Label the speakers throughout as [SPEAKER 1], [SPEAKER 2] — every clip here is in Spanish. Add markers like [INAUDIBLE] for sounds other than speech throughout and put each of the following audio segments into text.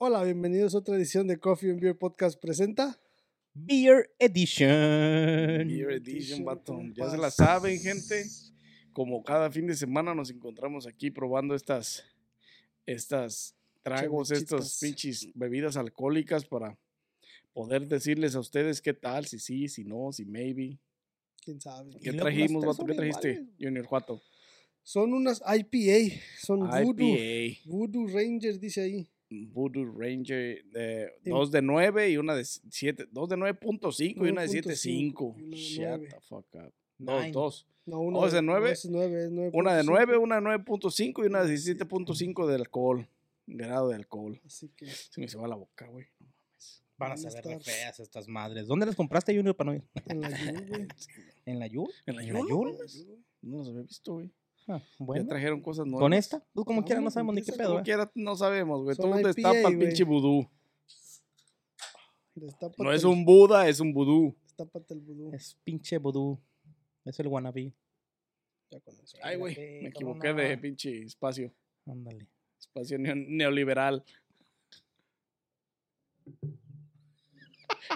[SPEAKER 1] Hola, bienvenidos a otra edición de Coffee and Beer Podcast presenta.
[SPEAKER 2] Beer Edition.
[SPEAKER 1] Beer Edition, vato.
[SPEAKER 3] Ya se la saben, gente. Como cada fin de semana nos encontramos aquí probando estas, estas tragos, estas
[SPEAKER 1] Chevrochitas.
[SPEAKER 3] pinches bebidas alcohólicas para poder decirles a ustedes qué tal, si sí, si no, si maybe.
[SPEAKER 1] ¿Quién sabe? pues,
[SPEAKER 3] ¿Qué
[SPEAKER 2] Y luego
[SPEAKER 3] trajimos,
[SPEAKER 2] las tres
[SPEAKER 3] vato? ¿Qué
[SPEAKER 2] son
[SPEAKER 3] trajiste,
[SPEAKER 2] iguales.
[SPEAKER 3] Junior Juato?
[SPEAKER 1] Son unas IPA, son Voodoo.
[SPEAKER 3] IPA,
[SPEAKER 1] Voodoo Ranger dice ahí.
[SPEAKER 3] Voodoo Ranger, de
[SPEAKER 1] Sí.
[SPEAKER 3] 2 de 9 y una de 7, 2 de 9.5 y una de
[SPEAKER 1] 9.5
[SPEAKER 3] 7.5.
[SPEAKER 1] y una de nueve.
[SPEAKER 3] Shut the fuck up. Dos,
[SPEAKER 2] Nine.
[SPEAKER 3] dos.
[SPEAKER 1] No, una
[SPEAKER 3] Oh, ¿es de nueve?
[SPEAKER 1] Es nueve, es nueve
[SPEAKER 3] Una
[SPEAKER 1] punto
[SPEAKER 3] de
[SPEAKER 1] cinco.
[SPEAKER 3] 9, una de 9.5 y una de 17.5 de alcohol. Grado de alcohol.
[SPEAKER 1] Así que
[SPEAKER 3] Se me se va la boca, güey. No mames.
[SPEAKER 2] Van a
[SPEAKER 1] Van a
[SPEAKER 2] saber re
[SPEAKER 1] estar-
[SPEAKER 2] feas estas madres. ¿Dónde las compraste, Junior, para no ir?
[SPEAKER 1] en la Yule, güey.
[SPEAKER 2] ¿En la Yul?
[SPEAKER 3] ¿En la
[SPEAKER 2] ¿En la
[SPEAKER 3] Yolo,
[SPEAKER 2] Yolo?
[SPEAKER 3] mames? No los había visto, güey.
[SPEAKER 2] Ah,
[SPEAKER 3] Ya
[SPEAKER 2] bueno.
[SPEAKER 3] trajeron cosas nuevas.
[SPEAKER 2] ¿Con esta? Pues como
[SPEAKER 1] No,
[SPEAKER 2] quiera, no
[SPEAKER 1] güey,
[SPEAKER 2] sabemos ni qué
[SPEAKER 1] empieza
[SPEAKER 2] pedo,
[SPEAKER 3] Como
[SPEAKER 2] ¿eh?
[SPEAKER 3] quiera, no sabemos, güey.
[SPEAKER 1] Son
[SPEAKER 3] Todo
[SPEAKER 1] IPA,
[SPEAKER 3] destapa el
[SPEAKER 1] güey.
[SPEAKER 3] pinche
[SPEAKER 2] Pues
[SPEAKER 3] vudú.
[SPEAKER 1] Destápate
[SPEAKER 3] [LAUGHS] No es
[SPEAKER 1] el-
[SPEAKER 3] un Buda, es un vudú.
[SPEAKER 1] Destápate el vudú.
[SPEAKER 2] Es pinche vudú. Es el wannabe.
[SPEAKER 1] Ya con
[SPEAKER 2] Pues
[SPEAKER 1] eso.
[SPEAKER 3] Ay, güey.
[SPEAKER 2] Espérate,
[SPEAKER 3] Me equivoqué de
[SPEAKER 2] cabrona.
[SPEAKER 3] pinche espacio. [LAUGHS]
[SPEAKER 2] Ándale.
[SPEAKER 3] Espacio neo- neoliberal.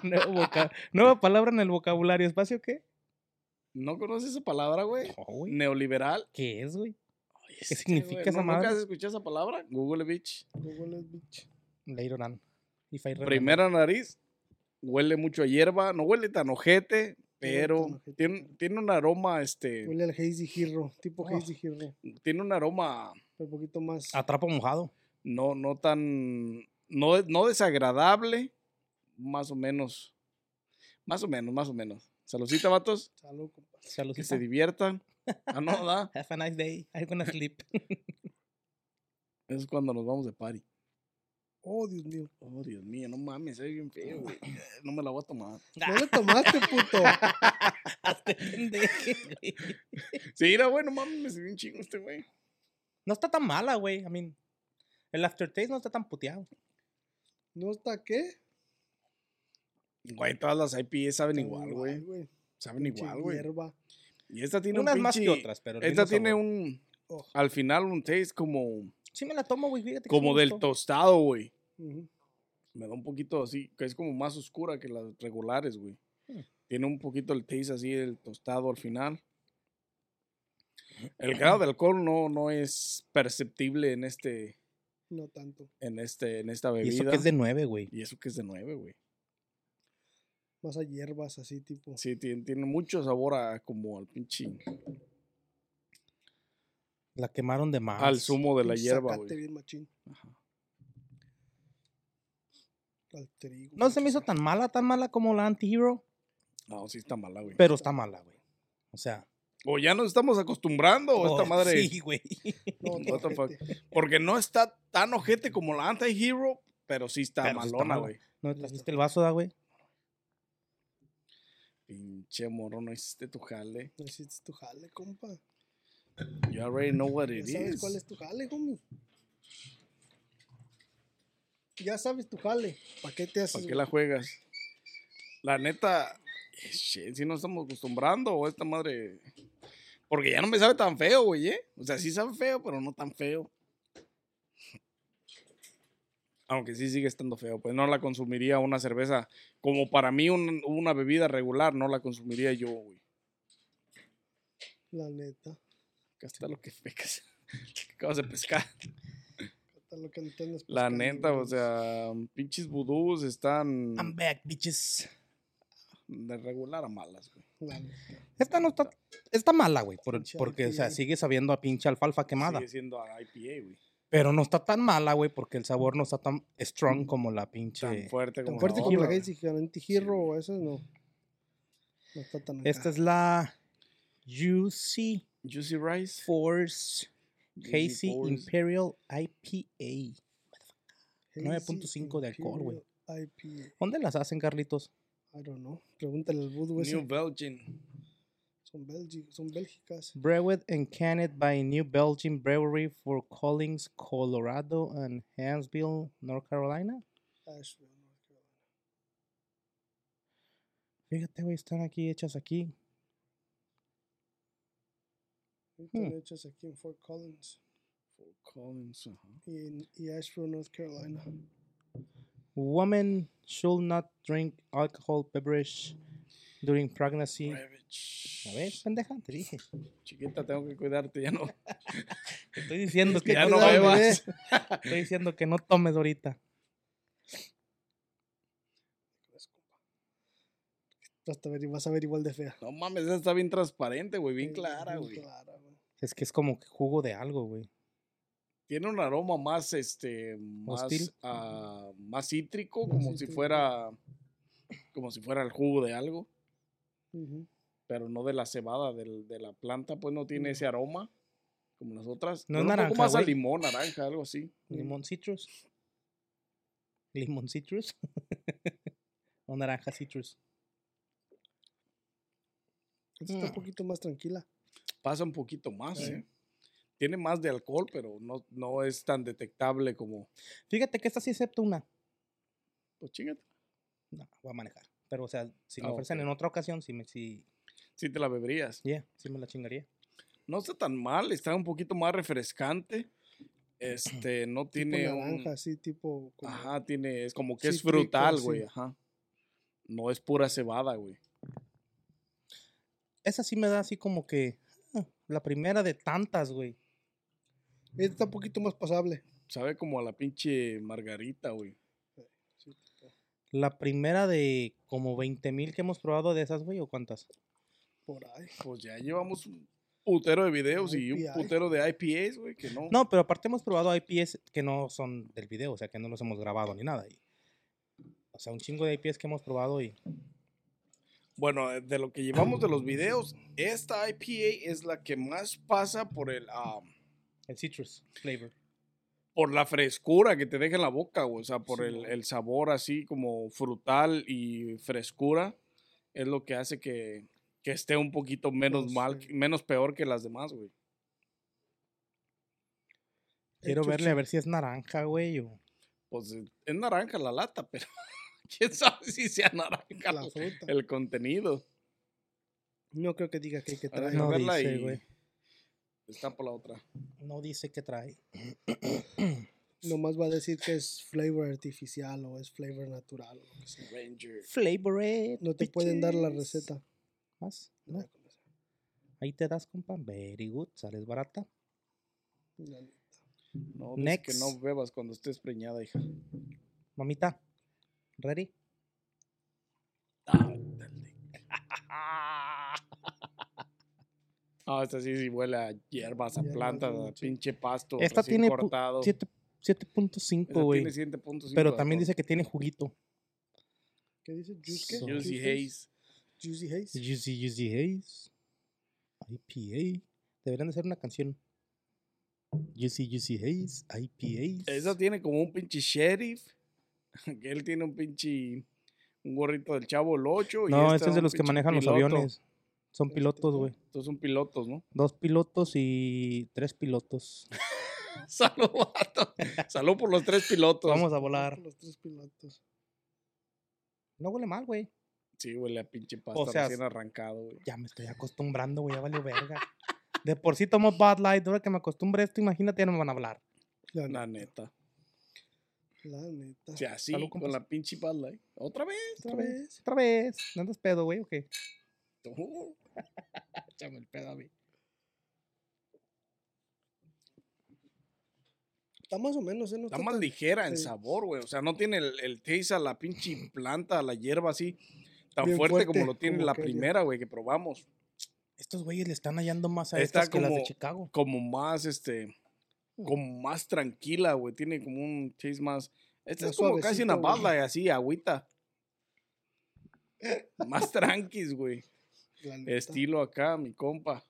[SPEAKER 2] Nuevo voca- Nueva palabra en el vocabulario. ¿Espacio qué?
[SPEAKER 3] ¿No conoces esa palabra, güey?
[SPEAKER 2] No, güey.
[SPEAKER 3] Neoliberal.
[SPEAKER 2] ¿Qué es, güey?
[SPEAKER 3] Ay, este,
[SPEAKER 2] significa
[SPEAKER 3] güey,
[SPEAKER 2] esa
[SPEAKER 3] ¿no-
[SPEAKER 2] madre?
[SPEAKER 3] ¿Nunca has escuchado esa palabra? Google, bitch.
[SPEAKER 1] Luego les bitch.
[SPEAKER 2] Later on. If I remember.
[SPEAKER 3] Primera nariz, huele mucho a hierba, no huele tan ojete, pero
[SPEAKER 1] tan ojete,
[SPEAKER 3] tiene,
[SPEAKER 1] pero-
[SPEAKER 3] tiene un aroma, este,
[SPEAKER 1] Huele al Hazy Hero, tipo
[SPEAKER 2] Oh.
[SPEAKER 3] Ah.
[SPEAKER 1] Hazy Hero,
[SPEAKER 3] tiene un aroma
[SPEAKER 1] pero un poquito más.
[SPEAKER 3] Ah.
[SPEAKER 2] A trapo mojado.
[SPEAKER 3] no, no tan, no, no desagradable, más o menos, más o menos, más o menos. Salucita, vatos,
[SPEAKER 1] Salud, compa.
[SPEAKER 3] que
[SPEAKER 2] Saludcita.
[SPEAKER 3] se
[SPEAKER 2] [LAUGHS]
[SPEAKER 3] diviertan. Ah, no, da.
[SPEAKER 2] Have a nice day. I'm gonna sleep. [LAUGHS]
[SPEAKER 3] Es cuando nos vamos de party.
[SPEAKER 1] Oh, Dios mío.
[SPEAKER 3] Oh, Dios mío, no mames, es bien feo,
[SPEAKER 2] [LAUGHS]
[SPEAKER 3] güey. No me la voy a tomar.
[SPEAKER 1] No le tomaste,
[SPEAKER 3] [LAUGHS]
[SPEAKER 1] puto.
[SPEAKER 2] Hazte pendejo, güey.
[SPEAKER 3] Sí, mira, güey, no mames, me sirvió un chingo este güey.
[SPEAKER 2] [LAUGHS] No está tan mala, güey. I mean, el aftertaste no está tan puteado.
[SPEAKER 1] ¿No está qué?
[SPEAKER 3] Güey, todas las IPAs saben
[SPEAKER 1] Saben
[SPEAKER 3] Pues igual, güey.
[SPEAKER 1] güey.
[SPEAKER 3] Saben
[SPEAKER 1] Pinche
[SPEAKER 3] igual, güey.
[SPEAKER 1] Hierba.
[SPEAKER 3] Y esta tiene
[SPEAKER 2] Unas
[SPEAKER 3] un
[SPEAKER 2] más que
[SPEAKER 3] pinche-
[SPEAKER 2] otras, pero. el
[SPEAKER 3] Esta
[SPEAKER 2] mismo
[SPEAKER 3] tiene
[SPEAKER 2] sabor.
[SPEAKER 3] un.
[SPEAKER 1] Oh.
[SPEAKER 3] Al final, un taste como.
[SPEAKER 2] Sí, me la tomo, güey. Fíjate que sí
[SPEAKER 3] Como
[SPEAKER 2] me
[SPEAKER 3] del
[SPEAKER 2] gustó.
[SPEAKER 3] tostado, güey.
[SPEAKER 1] Ujú.
[SPEAKER 3] Me da un poquito así. Que es como más oscura que las regulares, güey.
[SPEAKER 2] Hmm.
[SPEAKER 3] Tiene un poquito el taste así, el tostado al final. El grado de alcohol no, no es perceptible en este.
[SPEAKER 1] No tanto.
[SPEAKER 3] En este. En esta
[SPEAKER 2] Y
[SPEAKER 3] bebida.
[SPEAKER 2] eso que es de nueve, güey.
[SPEAKER 3] Y eso que es de nueve, güey.
[SPEAKER 1] Más a hierbas así, tipo.
[SPEAKER 3] Sí, tiene, tiene mucho sabor a como al pinche.
[SPEAKER 2] La quemaron de más.
[SPEAKER 3] Al zumo de la
[SPEAKER 1] Pinche
[SPEAKER 3] hierba,
[SPEAKER 1] zacate
[SPEAKER 3] güey.
[SPEAKER 1] bien machín.
[SPEAKER 3] Ajá.
[SPEAKER 1] Al trigo.
[SPEAKER 2] No se me hizo
[SPEAKER 1] muchacho.
[SPEAKER 2] tan mala, tan mala como la anti-hero,
[SPEAKER 3] No, sí está mala, güey.
[SPEAKER 2] pero está mala, güey. O sea.
[SPEAKER 3] O ya nos estamos acostumbrando, o esta
[SPEAKER 2] oh,
[SPEAKER 3] madre.
[SPEAKER 2] Sí, güey. [LAUGHS]
[SPEAKER 1] No,
[SPEAKER 3] What the fuck.
[SPEAKER 1] ojete.
[SPEAKER 3] Porque no está tan ojete como la anti-hero, pero sí está
[SPEAKER 2] Pero sí está
[SPEAKER 3] malona,
[SPEAKER 2] mala.
[SPEAKER 3] güey.
[SPEAKER 2] No te trajiste el vaso, da, güey.
[SPEAKER 3] Pinche morro, no hiciste tu jale.
[SPEAKER 1] No hiciste tu jale, compa.
[SPEAKER 3] You already know what
[SPEAKER 1] Ya
[SPEAKER 3] it
[SPEAKER 1] sabes
[SPEAKER 3] is.
[SPEAKER 1] cuál es tu jale, homie. Ya sabes tu jale. ¿Para qué te haces?
[SPEAKER 3] ¿Para qué
[SPEAKER 1] güey?
[SPEAKER 3] la juegas? La neta, shit, si nos estamos acostumbrando, o esta madre. Porque ya no me sabe tan feo, güey, ¿eh? O sea, sí sabe feo, pero no tan feo. Aunque sí sigue estando feo, pues no la consumiría una cerveza. Como para mí, un- una bebida regular, no la consumiría yo, güey.
[SPEAKER 1] La neta.
[SPEAKER 3] Acá está lo que [LAUGHS] pecas. que acabas
[SPEAKER 1] [LAUGHS]
[SPEAKER 3] de pescar.
[SPEAKER 1] Hasta lo que no tengas
[SPEAKER 3] La
[SPEAKER 1] pescando,
[SPEAKER 3] neta, o
[SPEAKER 1] güey.
[SPEAKER 3] sea, pinches vudús están
[SPEAKER 2] I'm back, bitches.
[SPEAKER 3] de regular a malas, güey.
[SPEAKER 1] La neta.
[SPEAKER 2] Esta no está. Está mala, güey. por-
[SPEAKER 1] Pinche
[SPEAKER 2] porque, o sea,
[SPEAKER 1] IPA.
[SPEAKER 2] sigue sabiendo a pinche alfalfa quemada.
[SPEAKER 3] Sigue siendo a IPA, güey.
[SPEAKER 2] Pero no está tan mala, güey, porque el sabor no está tan strong como la pinche.
[SPEAKER 3] Tan fuerte
[SPEAKER 1] Tan
[SPEAKER 3] como la
[SPEAKER 1] fuerte
[SPEAKER 3] otra,
[SPEAKER 1] como la
[SPEAKER 3] güey.
[SPEAKER 1] Hazy Hero, Anti-Hero, o eso no. No está tan acá.
[SPEAKER 2] Esta es la Juicy
[SPEAKER 3] Juicy Rice.
[SPEAKER 2] Force
[SPEAKER 3] Juicy
[SPEAKER 2] Hazy
[SPEAKER 3] Force.
[SPEAKER 2] Imperial IPA. 9.5 de alcohol, güey.
[SPEAKER 1] Imperial IPA.
[SPEAKER 2] ¿Dónde las hacen, Carlitos?
[SPEAKER 1] I don't know. Pregúntale al Bud, güey. si
[SPEAKER 3] New Belgian.
[SPEAKER 1] Son, belgi- son bélgicas.
[SPEAKER 3] Hmm.
[SPEAKER 2] Brewed and canned by New Belgian Brewery for Collins, Colorado and Hansville, North Carolina.
[SPEAKER 1] Asheville, North Carolina.
[SPEAKER 2] Fíjate, güey, están aquí hechas aquí.
[SPEAKER 3] Hmm.
[SPEAKER 1] Están hechas aquí en Fort Collins
[SPEAKER 3] Fort Collins, ajá.
[SPEAKER 1] y, en- y Asheville, North Carolina.
[SPEAKER 2] Women should not drink alcohol beverage during pregnancy.
[SPEAKER 3] Ravage.
[SPEAKER 2] A ver, pendeja, te dije.
[SPEAKER 3] Chiquita, tengo que cuidarte, ya no.
[SPEAKER 2] Te estoy diciendo que
[SPEAKER 3] ya
[SPEAKER 1] te
[SPEAKER 3] no
[SPEAKER 1] cuidar,
[SPEAKER 3] bebas.
[SPEAKER 2] Estoy diciendo que no tomes ahorita.
[SPEAKER 1] Vas a, ver, vas a ver igual de fea.
[SPEAKER 3] No mames, esa está bien transparente, güey, bien
[SPEAKER 1] Sí,
[SPEAKER 3] clara,
[SPEAKER 1] bien
[SPEAKER 3] güey.
[SPEAKER 1] clara, güey.
[SPEAKER 2] Es que es como que jugo de algo, güey.
[SPEAKER 3] Tiene un aroma más, este, más,
[SPEAKER 2] Hostil.
[SPEAKER 3] ah, más cítrico,
[SPEAKER 1] Más
[SPEAKER 3] como si
[SPEAKER 1] cítrico.
[SPEAKER 3] fuera, como si fuera el jugo de algo,
[SPEAKER 1] Ujú.
[SPEAKER 3] pero no de la cebada, del- de la planta, pues no tiene ese aroma como las otras.
[SPEAKER 2] No es
[SPEAKER 3] Tiene un
[SPEAKER 2] naranja,
[SPEAKER 3] poco más a
[SPEAKER 2] güey.
[SPEAKER 3] limón, naranja, algo así.
[SPEAKER 2] Limón citrus. Limón citrus. [LAUGHS] o naranja citrus.
[SPEAKER 1] Esta está un
[SPEAKER 3] Hmm.
[SPEAKER 2] Mm.
[SPEAKER 1] poquito más tranquila.
[SPEAKER 3] Pasa un poquito más,
[SPEAKER 2] Sí.
[SPEAKER 3] ¿eh? Tiene más de alcohol, pero no, no es tan detectable como.
[SPEAKER 2] Fíjate que esta sí acepto una.
[SPEAKER 3] Pues chingate.
[SPEAKER 2] No, voy a manejar. Pero, o sea, si me
[SPEAKER 3] Ah,
[SPEAKER 2] ofrecen
[SPEAKER 3] ok.
[SPEAKER 2] en otra ocasión, sí me, sí,
[SPEAKER 3] Sí te la beberías.
[SPEAKER 2] yeah, sí me la chingaría.
[SPEAKER 3] No está tan mal, está un poquito más refrescante. Este, no
[SPEAKER 2] pues,
[SPEAKER 3] tiene
[SPEAKER 1] tipo
[SPEAKER 3] un-
[SPEAKER 1] naranja, así tipo. como-
[SPEAKER 3] Ajá, tiene, es como que es
[SPEAKER 1] cítrico,
[SPEAKER 3] frutal,
[SPEAKER 1] así.
[SPEAKER 3] güey, ajá. No es pura cebada, güey.
[SPEAKER 2] Esa sí me da así como que. ah, La primera de tantas, güey.
[SPEAKER 1] Esta está un poquito más pasable.
[SPEAKER 3] Sabe como a la pinche margarita, güey.
[SPEAKER 1] Sí, tipo,
[SPEAKER 2] La primera de como 20 mil que hemos probado de esas, güey, o cuántas.
[SPEAKER 1] por
[SPEAKER 3] [LAUGHS]
[SPEAKER 1] ahí.
[SPEAKER 3] Pues ya llevamos un putero de videos y un
[SPEAKER 1] IPA.
[SPEAKER 3] putero de IPAs, güey, que no.
[SPEAKER 2] No, pero aparte hemos probado IPs que no son del video, o sea, que no los hemos grabado ni nada. y- o sea, un chingo de IPs que hemos probado y.
[SPEAKER 3] Bueno, eh, de lo que llevamos de los videos, esta IPA es la que más pasa por el ah,
[SPEAKER 2] El citrus flavor.
[SPEAKER 3] por la frescura que te deja en la boca, güey. O sea, por
[SPEAKER 1] Sí,
[SPEAKER 3] el,
[SPEAKER 1] güey.
[SPEAKER 3] el sabor así como frutal y frescura. Es lo que hace que, que esté un poquito menos
[SPEAKER 1] Pues,
[SPEAKER 3] mal,
[SPEAKER 1] sí.
[SPEAKER 3] que- menos peor que las demás, güey.
[SPEAKER 2] Quiero
[SPEAKER 1] Hecho,
[SPEAKER 2] verle a
[SPEAKER 1] sí.
[SPEAKER 2] ver si es naranja, güey. O...
[SPEAKER 3] Pues eh, es naranja la lata, [LAUGHS] pero quién sabe si sea naranja
[SPEAKER 1] La
[SPEAKER 3] la-
[SPEAKER 1] fruta.
[SPEAKER 3] el contenido.
[SPEAKER 1] No creo que diga que, que
[SPEAKER 3] Ahora
[SPEAKER 1] trae.
[SPEAKER 3] déjame
[SPEAKER 2] No
[SPEAKER 3] verla
[SPEAKER 2] dice,
[SPEAKER 3] y
[SPEAKER 2] güey.
[SPEAKER 3] está por la otra.
[SPEAKER 2] No dice qué trae. [CLEARS THROAT]
[SPEAKER 1] Nomás va a decir que es flavor artificial o es flavor natural. o lo que sea.
[SPEAKER 3] Ranger.
[SPEAKER 2] Flavored.
[SPEAKER 1] No te pueden dar la
[SPEAKER 2] bitches.
[SPEAKER 1] receta.
[SPEAKER 2] ¿Más? No. Ahí te das, compa. Very good. Sales barata.
[SPEAKER 1] Ya no.
[SPEAKER 3] No, dice que
[SPEAKER 2] Next.
[SPEAKER 3] no bebas cuando estés preñada, hija.
[SPEAKER 2] Mamita. ¿Ready?
[SPEAKER 3] Ah, esta sí, sí huele a hierbas, a
[SPEAKER 1] Hierbas,
[SPEAKER 3] plantas,
[SPEAKER 1] güey,
[SPEAKER 3] a
[SPEAKER 1] sí.
[SPEAKER 3] pinche pasto.
[SPEAKER 2] Esta
[SPEAKER 3] recién
[SPEAKER 2] tiene pu-
[SPEAKER 3] cortado.
[SPEAKER 2] siete- 7.5,
[SPEAKER 3] Oh. Esa
[SPEAKER 2] güey.
[SPEAKER 3] tiene 7.5.
[SPEAKER 2] Pero
[SPEAKER 3] de
[SPEAKER 2] también
[SPEAKER 3] alcohol.
[SPEAKER 2] dice que tiene juguito.
[SPEAKER 1] ¿Qué dice? ¿Juice qué?
[SPEAKER 2] So-
[SPEAKER 3] Juicy
[SPEAKER 1] Haze.
[SPEAKER 3] Haze.
[SPEAKER 1] Juicy Haze.
[SPEAKER 2] Juicy Juicy Haze. IPA. Deberían de ser una canción. Juicy Juicy Haze. IPA.
[SPEAKER 3] Esa tiene como un pinche sheriff. [LAUGHS] Que él tiene un pinche. Un gorrito del chavo el 8.
[SPEAKER 2] No, este es de los que manejan los aviones. Son
[SPEAKER 1] Este
[SPEAKER 2] pilotos,
[SPEAKER 1] no.
[SPEAKER 2] güey.
[SPEAKER 3] Estos son pilotos, ¿no? [LAUGHS]
[SPEAKER 2] Dos pilotos y tres [LAUGHS] pilotos.
[SPEAKER 3] Salud, vato. Salud por los tres pilotos.
[SPEAKER 2] Vamos a volar.
[SPEAKER 1] Por Los tres pilotos.
[SPEAKER 2] No huele mal, güey.
[SPEAKER 3] Sí, huele a pinche pasta
[SPEAKER 2] sea,
[SPEAKER 3] recién arrancado, güey.
[SPEAKER 2] Ya me estoy acostumbrando, güey. Ya valió [LAUGHS] verga. De por sí tomo Bad Light. Ahora que me acostumbre a esto, imagínate, ya no me van a hablar.
[SPEAKER 1] La
[SPEAKER 3] La
[SPEAKER 1] neta.
[SPEAKER 3] neta.
[SPEAKER 1] La neta.
[SPEAKER 3] O sea, así,
[SPEAKER 2] Salud,
[SPEAKER 3] con
[SPEAKER 2] compas.
[SPEAKER 3] la pinche Bud Light. Otra vez, otra
[SPEAKER 2] Otra
[SPEAKER 3] vez.
[SPEAKER 2] vez, otra vez. ¿No andas pedo, güey? ¿O qué?
[SPEAKER 3] Uh, échame el pedo a mí.
[SPEAKER 1] Está más o menos, ¿eh? No
[SPEAKER 3] Está
[SPEAKER 1] está
[SPEAKER 3] más
[SPEAKER 1] tan-
[SPEAKER 3] ligera en
[SPEAKER 1] sí.
[SPEAKER 3] sabor, güey. O sea, no tiene el, el taste a la pinche planta, a la hierba así tan
[SPEAKER 1] Bien
[SPEAKER 3] fuerte, como
[SPEAKER 1] fuerte,
[SPEAKER 3] lo tiene
[SPEAKER 1] como
[SPEAKER 3] la
[SPEAKER 1] aquella.
[SPEAKER 3] primera, güey, que probamos.
[SPEAKER 2] Estos güeyes le están hallando más a
[SPEAKER 3] Está
[SPEAKER 2] estas que las de
[SPEAKER 3] como-
[SPEAKER 2] Chicago.
[SPEAKER 3] Como más, este, como más tranquila, güey. Tiene como un taste más. Esta
[SPEAKER 1] Más
[SPEAKER 3] es como casi una
[SPEAKER 1] suavecito, güey.
[SPEAKER 3] bala así, agüita. más tranquis, güey.
[SPEAKER 1] la neta.
[SPEAKER 3] Estilo acá, mi compa.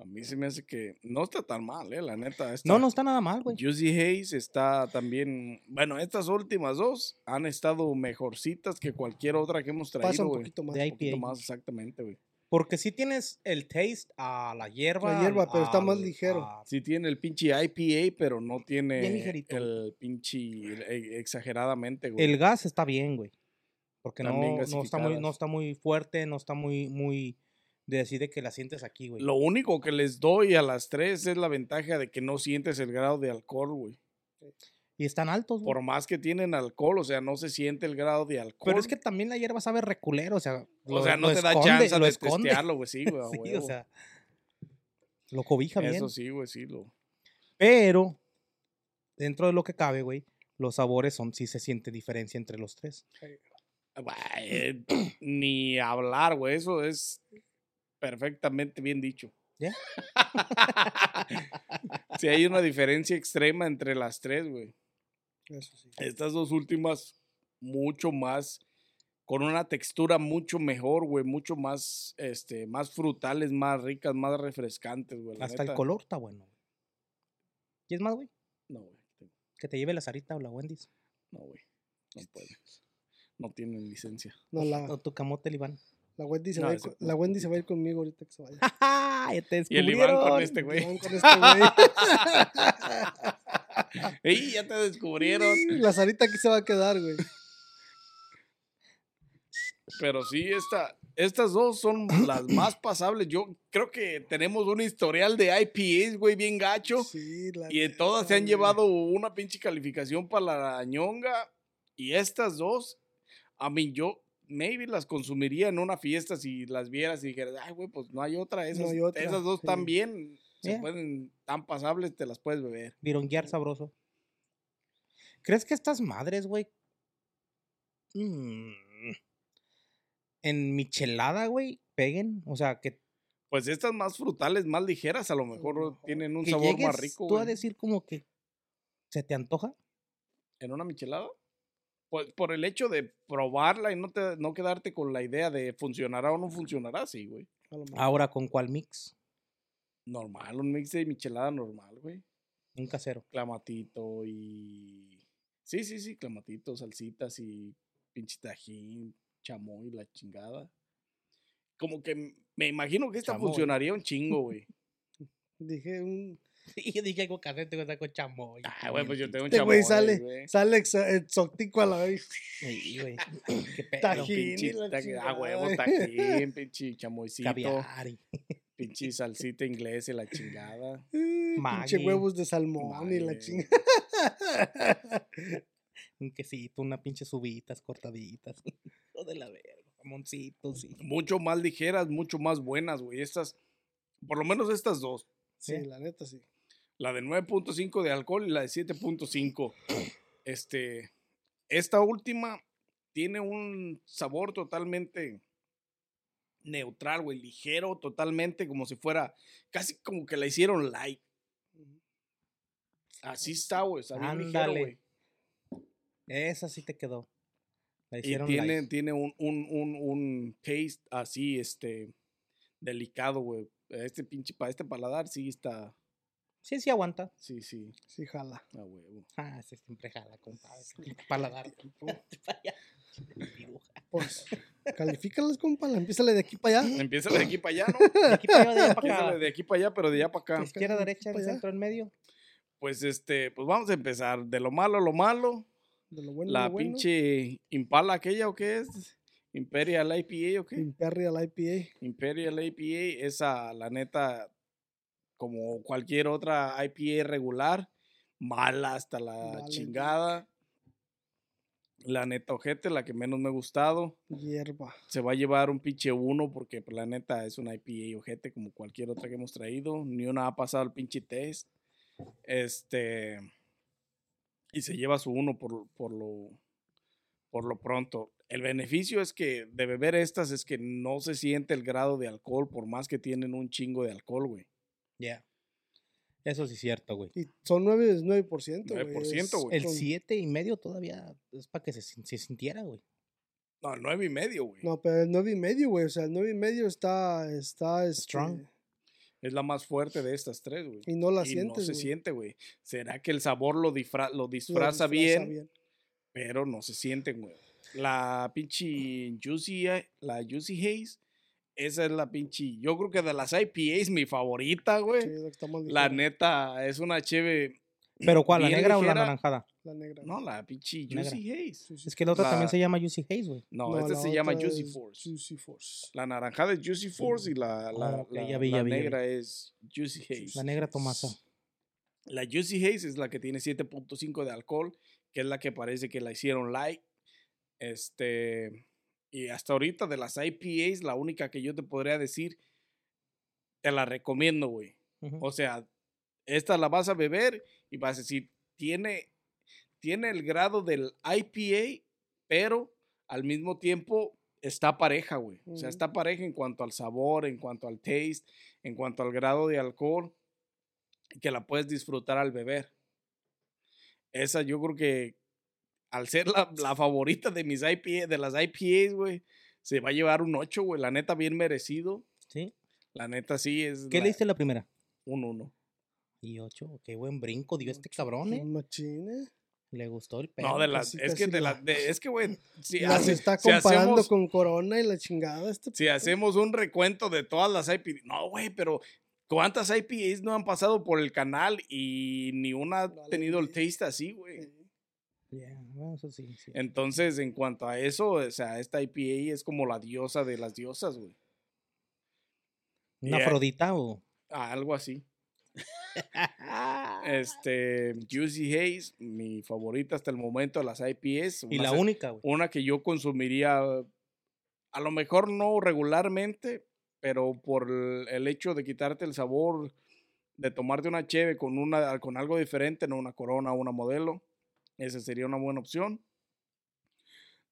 [SPEAKER 3] A mí se me hace que no está tan mal, eh, la neta. esta-
[SPEAKER 2] No, no está nada mal, güey.
[SPEAKER 3] Juicy Hayes está también. Bueno, estas últimas dos han estado mejorcitas que cualquier otra que hemos
[SPEAKER 1] Pasa
[SPEAKER 3] traído,
[SPEAKER 1] un
[SPEAKER 3] güey.
[SPEAKER 1] poquito más.
[SPEAKER 2] De ahí
[SPEAKER 1] poquito.
[SPEAKER 3] poquito
[SPEAKER 2] IPA.
[SPEAKER 3] más exactamente, güey.
[SPEAKER 2] Porque sí tienes el taste a la hierba.
[SPEAKER 1] La hierba,
[SPEAKER 2] al-
[SPEAKER 1] pero está más
[SPEAKER 2] al-
[SPEAKER 1] ligero.
[SPEAKER 2] a-
[SPEAKER 3] Sí tiene el pinche IPA, pero no tiene
[SPEAKER 2] Bien ligerito.
[SPEAKER 3] el pinche el- e- exageradamente, güey.
[SPEAKER 2] el gas está bien, güey. Porque no,
[SPEAKER 3] Están bien
[SPEAKER 2] no está muy, no
[SPEAKER 3] gasificadas.
[SPEAKER 2] está muy fuerte, no está muy, muy de así de que la sientes aquí, güey.
[SPEAKER 3] Lo único que les doy a las tres es la ventaja de que no sientes el grado de alcohol, güey.
[SPEAKER 2] Y están altos, güey.
[SPEAKER 3] Por más que tienen alcohol, o sea, no se siente el grado de alcohol.
[SPEAKER 2] Pero es que también la hierba sabe reculero, o sea.
[SPEAKER 3] o sea, no te da
[SPEAKER 2] esconde,
[SPEAKER 3] chance
[SPEAKER 2] lo
[SPEAKER 3] de
[SPEAKER 2] esconde. [LAUGHS]
[SPEAKER 3] testearlo, güey, sí, güey. a
[SPEAKER 2] Sí, o
[SPEAKER 3] huevo.
[SPEAKER 2] sea. Lo cobija bien.
[SPEAKER 3] Eso sí, güey,
[SPEAKER 2] [CLEARS THROAT]
[SPEAKER 3] sí, lo.
[SPEAKER 2] Pero, dentro de lo que cabe, güey, los sabores son, sí se siente diferencia entre los tres.
[SPEAKER 3] Bah, eh, ni hablar, güey. Eso es perfectamente bien dicho. [LAUGHS]
[SPEAKER 2] ¿Ya?
[SPEAKER 3] Si hay una diferencia extrema entre las tres, güey.
[SPEAKER 1] Eso sí.
[SPEAKER 3] Estas dos últimas, mucho más, con una textura mucho mejor, güey. Mucho más, este, más frutales, más ricas, más refrescantes, güey. la
[SPEAKER 2] Hasta el
[SPEAKER 3] neta.
[SPEAKER 2] color está bueno. güey. ¿Y es más, güey?
[SPEAKER 3] No, güey.
[SPEAKER 2] Que te lleve la Sarita o la Wendy's.
[SPEAKER 3] No, güey. No
[SPEAKER 1] Este,
[SPEAKER 3] puede.
[SPEAKER 1] [LAUGHS]
[SPEAKER 3] No tienen licencia.
[SPEAKER 1] No, la,
[SPEAKER 2] O tu camote, el
[SPEAKER 3] [LAUGHS]
[SPEAKER 2] Iván.
[SPEAKER 1] la Wendy se
[SPEAKER 3] No,
[SPEAKER 1] va a ir
[SPEAKER 3] ese
[SPEAKER 1] con- la Wendy se va a ir conmigo ahorita que se
[SPEAKER 3] [LAUGHS]
[SPEAKER 1] vaya.
[SPEAKER 2] ¡Ya [LAUGHS] te
[SPEAKER 3] Y el Iván
[SPEAKER 2] descubrieron!
[SPEAKER 3] con Ah, este, güey.
[SPEAKER 1] Van con
[SPEAKER 3] [LAUGHS]
[SPEAKER 1] este güey.
[SPEAKER 3] ¡Ey, ya te descubrieron!
[SPEAKER 1] La Sarita aquí se va a quedar,
[SPEAKER 3] [LAUGHS]
[SPEAKER 1] güey.
[SPEAKER 3] Pero sí, esta, estas dos son las más pasables. Yo creo que tenemos un historial de IPAs, güey, bien gacho.
[SPEAKER 1] Sí, la
[SPEAKER 3] Y de todas
[SPEAKER 1] neta,
[SPEAKER 3] se han
[SPEAKER 1] güey.
[SPEAKER 3] llevado una pinche calificación para la ñonga. Y estas dos, a mí yo, maybe las consumiría en una fiesta si las vieras y dijeras, ay, güey, pues no hay otra. Esas,
[SPEAKER 1] No hay otra,
[SPEAKER 3] esas dos están
[SPEAKER 1] sí. Eh.
[SPEAKER 3] bien, se
[SPEAKER 2] Yeah.
[SPEAKER 3] pueden, tan pasables, te las puedes beber.
[SPEAKER 2] Vironguear sabroso. ¿Crees que estas madres, güey? mm, en michelada, güey, peguen. O sea, que,
[SPEAKER 3] Pues estas más frutales, más ligeras, a lo mejor
[SPEAKER 1] mejor.
[SPEAKER 3] tienen un
[SPEAKER 2] que
[SPEAKER 3] sabor
[SPEAKER 2] llegues
[SPEAKER 3] más rico.
[SPEAKER 2] tú a
[SPEAKER 3] güey.
[SPEAKER 2] decir como que se te antoja.
[SPEAKER 3] en una michelada? Por, por el hecho de probarla y no, te, no quedarte con la idea de funcionará o no funcionará, sí, güey.
[SPEAKER 1] A lo mejor.
[SPEAKER 2] Ahora, ¿con cuál mix?
[SPEAKER 3] Normal, un mix de michelada normal, güey.
[SPEAKER 2] Un [LAUGHS] casero.
[SPEAKER 3] Clamatito y... Sí, sí, sí, clamatito, salsitas y pinche tajín, chamoy, la chingada. Como que m- me imagino que esta
[SPEAKER 2] Chamoy.
[SPEAKER 3] funcionaría un
[SPEAKER 2] [LAUGHS]
[SPEAKER 3] chingo, güey.
[SPEAKER 1] Dije un.
[SPEAKER 2] Y yo dije algo casero, tengo que saco chamoy.
[SPEAKER 3] Ah, güey, pues yo tengo un
[SPEAKER 1] Este
[SPEAKER 3] chamoy,
[SPEAKER 1] güey sale,
[SPEAKER 3] güey.
[SPEAKER 1] sale exa- exótico a la vez. [LAUGHS]
[SPEAKER 2] Sí, güey. [LAUGHS] Qué pedo.
[SPEAKER 1] Tajín.
[SPEAKER 3] Pinche
[SPEAKER 1] y la
[SPEAKER 3] tajín, ah, huevo,
[SPEAKER 1] chingada.
[SPEAKER 3] tajín, pinche chamoycito,
[SPEAKER 2] Caviar [LAUGHS] y-
[SPEAKER 3] pinche salsita inglesa y la chingada.
[SPEAKER 1] Pinche
[SPEAKER 2] Maggi.
[SPEAKER 1] huevos de salmón y la
[SPEAKER 2] [LAUGHS]
[SPEAKER 3] Madre.
[SPEAKER 1] chinga.
[SPEAKER 2] un quesito, una pinche subitas cortaditas. [LAUGHS] Hijo de la verga. Jamoncito, sí.
[SPEAKER 3] Mucho más ligeras, mucho más buenas, güey. Estas, por lo menos estas dos.
[SPEAKER 1] Sí,
[SPEAKER 2] Sí.
[SPEAKER 1] la neta sí.
[SPEAKER 3] La de 9.5 de alcohol y la de 7.5. Este, esta última tiene un sabor totalmente neutral, güey. Ligero, totalmente como si fuera, casi como que la hicieron light. Así está, güey. Está bien ligero,
[SPEAKER 2] Ándale.
[SPEAKER 3] güey.
[SPEAKER 2] Esa sí te quedó. La
[SPEAKER 3] Y
[SPEAKER 2] hicieron
[SPEAKER 3] tiene,
[SPEAKER 2] light.
[SPEAKER 3] tiene un, un, un, un taste así, este, delicado, güey. Este pinche, para este paladar sí está,
[SPEAKER 2] Sí, sí aguanta.
[SPEAKER 3] sí, sí,
[SPEAKER 1] Sí, jala.
[SPEAKER 3] a huevo.
[SPEAKER 2] Ah, sí, siempre jala, compadre.
[SPEAKER 3] [LAUGHS]
[SPEAKER 2] Paladar.
[SPEAKER 1] Pues, califícalas, compa. la- Empiézale de aquí para allá.
[SPEAKER 3] Empieza de aquí para allá, ¿no? [LAUGHS]
[SPEAKER 2] De aquí para allá, de allá para acá.
[SPEAKER 3] Empieza de aquí para allá, pero de allá para acá.
[SPEAKER 1] Pues-
[SPEAKER 2] Izquierda, derecha,
[SPEAKER 1] Pa'
[SPEAKER 2] el
[SPEAKER 1] allá.
[SPEAKER 2] centro, en medio.
[SPEAKER 3] Pues, este, pues vamos a empezar. De lo malo, a lo malo.
[SPEAKER 1] De lo bueno,
[SPEAKER 3] La
[SPEAKER 1] lo bueno.
[SPEAKER 3] pinche Impala aquella, ¿o qué es? Imperial IPA, ¿o qué?
[SPEAKER 1] Imperri al IPA.
[SPEAKER 3] Imperial IPA, esa, la neta, como cualquier otra IPA regular, mala hasta la
[SPEAKER 1] Mala, sí.
[SPEAKER 3] chingada. La neta ojete, la que menos me ha gustado.
[SPEAKER 1] Hierba.
[SPEAKER 3] Se va a llevar un pinche uno porque pues, la neta es una IPA ojete como cualquier otra que hemos traído. Ni una ha pasado el pinche test. Este. Y se lleva su uno por, por lo. Por lo pronto. El beneficio es que de beber estas es que no se siente el grado de alcohol, por más que tienen un chingo de alcohol, güey.
[SPEAKER 2] Ya. Eso sí es cierto, güey.
[SPEAKER 1] Y son 9, 9%. güey,
[SPEAKER 3] 9%,
[SPEAKER 1] es
[SPEAKER 3] güey.
[SPEAKER 2] El
[SPEAKER 1] con-
[SPEAKER 2] siete y medio todavía es para que se, sin- se sintiera, güey.
[SPEAKER 3] No, nueve y medio, güey.
[SPEAKER 1] No, pero el 9 y medio, güey. O sea, el 9 y medio está, está este,
[SPEAKER 2] Strong.
[SPEAKER 3] Es la más fuerte de estas tres, güey.
[SPEAKER 1] Y no la
[SPEAKER 3] y
[SPEAKER 1] sientes.
[SPEAKER 3] no se
[SPEAKER 1] güey.
[SPEAKER 3] siente, güey. ¿Será que el sabor lo, disfra- lo
[SPEAKER 1] Lo
[SPEAKER 3] disfraza bien, Pero no se sienten, güey. La pinche Juicy, eh, la Juicy Haze, esa es la pinche. Yo creo que de las IPAs mi favorita, güey.
[SPEAKER 1] Sí, es la que está más
[SPEAKER 3] La
[SPEAKER 1] ligera,
[SPEAKER 3] neta, es una cheve.
[SPEAKER 2] ¿Pero cuál? ¿La
[SPEAKER 3] bien
[SPEAKER 2] negra o la
[SPEAKER 3] ligera.
[SPEAKER 2] naranjada?
[SPEAKER 1] La negra.
[SPEAKER 3] No, la pinche
[SPEAKER 2] Negra.
[SPEAKER 3] Juicy Haze.
[SPEAKER 1] Sí, sí,
[SPEAKER 2] Es que la otra
[SPEAKER 3] La-
[SPEAKER 2] también se llama Juicy Haze, güey.
[SPEAKER 3] No,
[SPEAKER 1] No,
[SPEAKER 3] esta
[SPEAKER 1] la
[SPEAKER 3] se llama
[SPEAKER 1] otra
[SPEAKER 3] Juicy
[SPEAKER 1] es
[SPEAKER 3] Force.
[SPEAKER 1] Juicy Force.
[SPEAKER 3] La naranjada es Juicy Force y la, la,
[SPEAKER 2] Ah, ok,
[SPEAKER 3] la-
[SPEAKER 2] ya vi,
[SPEAKER 3] la
[SPEAKER 2] ya vi, ya vi.
[SPEAKER 3] negra es Juicy Haze.
[SPEAKER 2] La negra Tomasa.
[SPEAKER 3] La Juicy Haze es la que tiene 7.5 de alcohol, que es la que parece que la hicieron light. Este, y hasta ahorita de las IPAs, la única que yo te podría decir, te la recomiendo, güey.
[SPEAKER 2] Ujú.
[SPEAKER 3] O sea, esta la vas a beber y vas a decir, tiene, tiene el grado del IPA, pero al mismo tiempo está pareja, güey. O
[SPEAKER 1] Ujú.
[SPEAKER 3] sea, está pareja en cuanto al sabor, en cuanto al taste, en cuanto al grado de alcohol, que la puedes disfrutar al beber. Esa yo creo que al ser la, la favorita de mis IPA, de las IPAs, güey, se va a llevar un 8, güey. La neta, bien merecido.
[SPEAKER 2] ¿Sí?
[SPEAKER 3] La neta, sí, es
[SPEAKER 2] ¿Qué
[SPEAKER 3] la-
[SPEAKER 2] le diste la primera?
[SPEAKER 3] un 1.
[SPEAKER 2] Y ocho. Qué buen brinco dio este cabrón,
[SPEAKER 1] Un
[SPEAKER 2] ¿eh?
[SPEAKER 1] machín, ¿eh?
[SPEAKER 2] Le gustó el perro.
[SPEAKER 3] No, de las.
[SPEAKER 1] casi,
[SPEAKER 3] Es que,
[SPEAKER 1] casi
[SPEAKER 3] de
[SPEAKER 1] la-
[SPEAKER 3] las de- es que, güey. Si,
[SPEAKER 1] La se
[SPEAKER 3] hace-
[SPEAKER 1] está
[SPEAKER 3] si
[SPEAKER 1] comparando
[SPEAKER 3] hacemos,
[SPEAKER 1] con Corona y la chingada. Este
[SPEAKER 3] si hacemos un recuento de todas las IPAs. No, güey, pero. ¿Cuántas IPAs no han pasado por el canal y ni una
[SPEAKER 1] No,
[SPEAKER 3] ha
[SPEAKER 1] la
[SPEAKER 3] tenido el
[SPEAKER 1] neta.
[SPEAKER 3] taste así,
[SPEAKER 1] eh,
[SPEAKER 3] güey?
[SPEAKER 2] Ya, bueno, eso sí. sí.
[SPEAKER 3] Entonces, en cuanto a eso, o sea, esta IPA es como la diosa de las diosas, güey.
[SPEAKER 2] ¿Una
[SPEAKER 3] Yeah.
[SPEAKER 2] Afrodita o...?
[SPEAKER 3] Ah, algo así.
[SPEAKER 1] Ah,
[SPEAKER 3] Este,
[SPEAKER 1] pues,
[SPEAKER 3] Juicy Haze, mi favorita hasta el momento de las IPAs.
[SPEAKER 2] Y
[SPEAKER 3] una
[SPEAKER 2] la
[SPEAKER 3] se-
[SPEAKER 2] única, güey.
[SPEAKER 3] una que yo consumiría, a lo mejor no regularmente, pero por el el hecho de quitarte el sabor, de tomarte una cheve con, una, con algo diferente, no una corona o una modelo, esa sería una buena opción.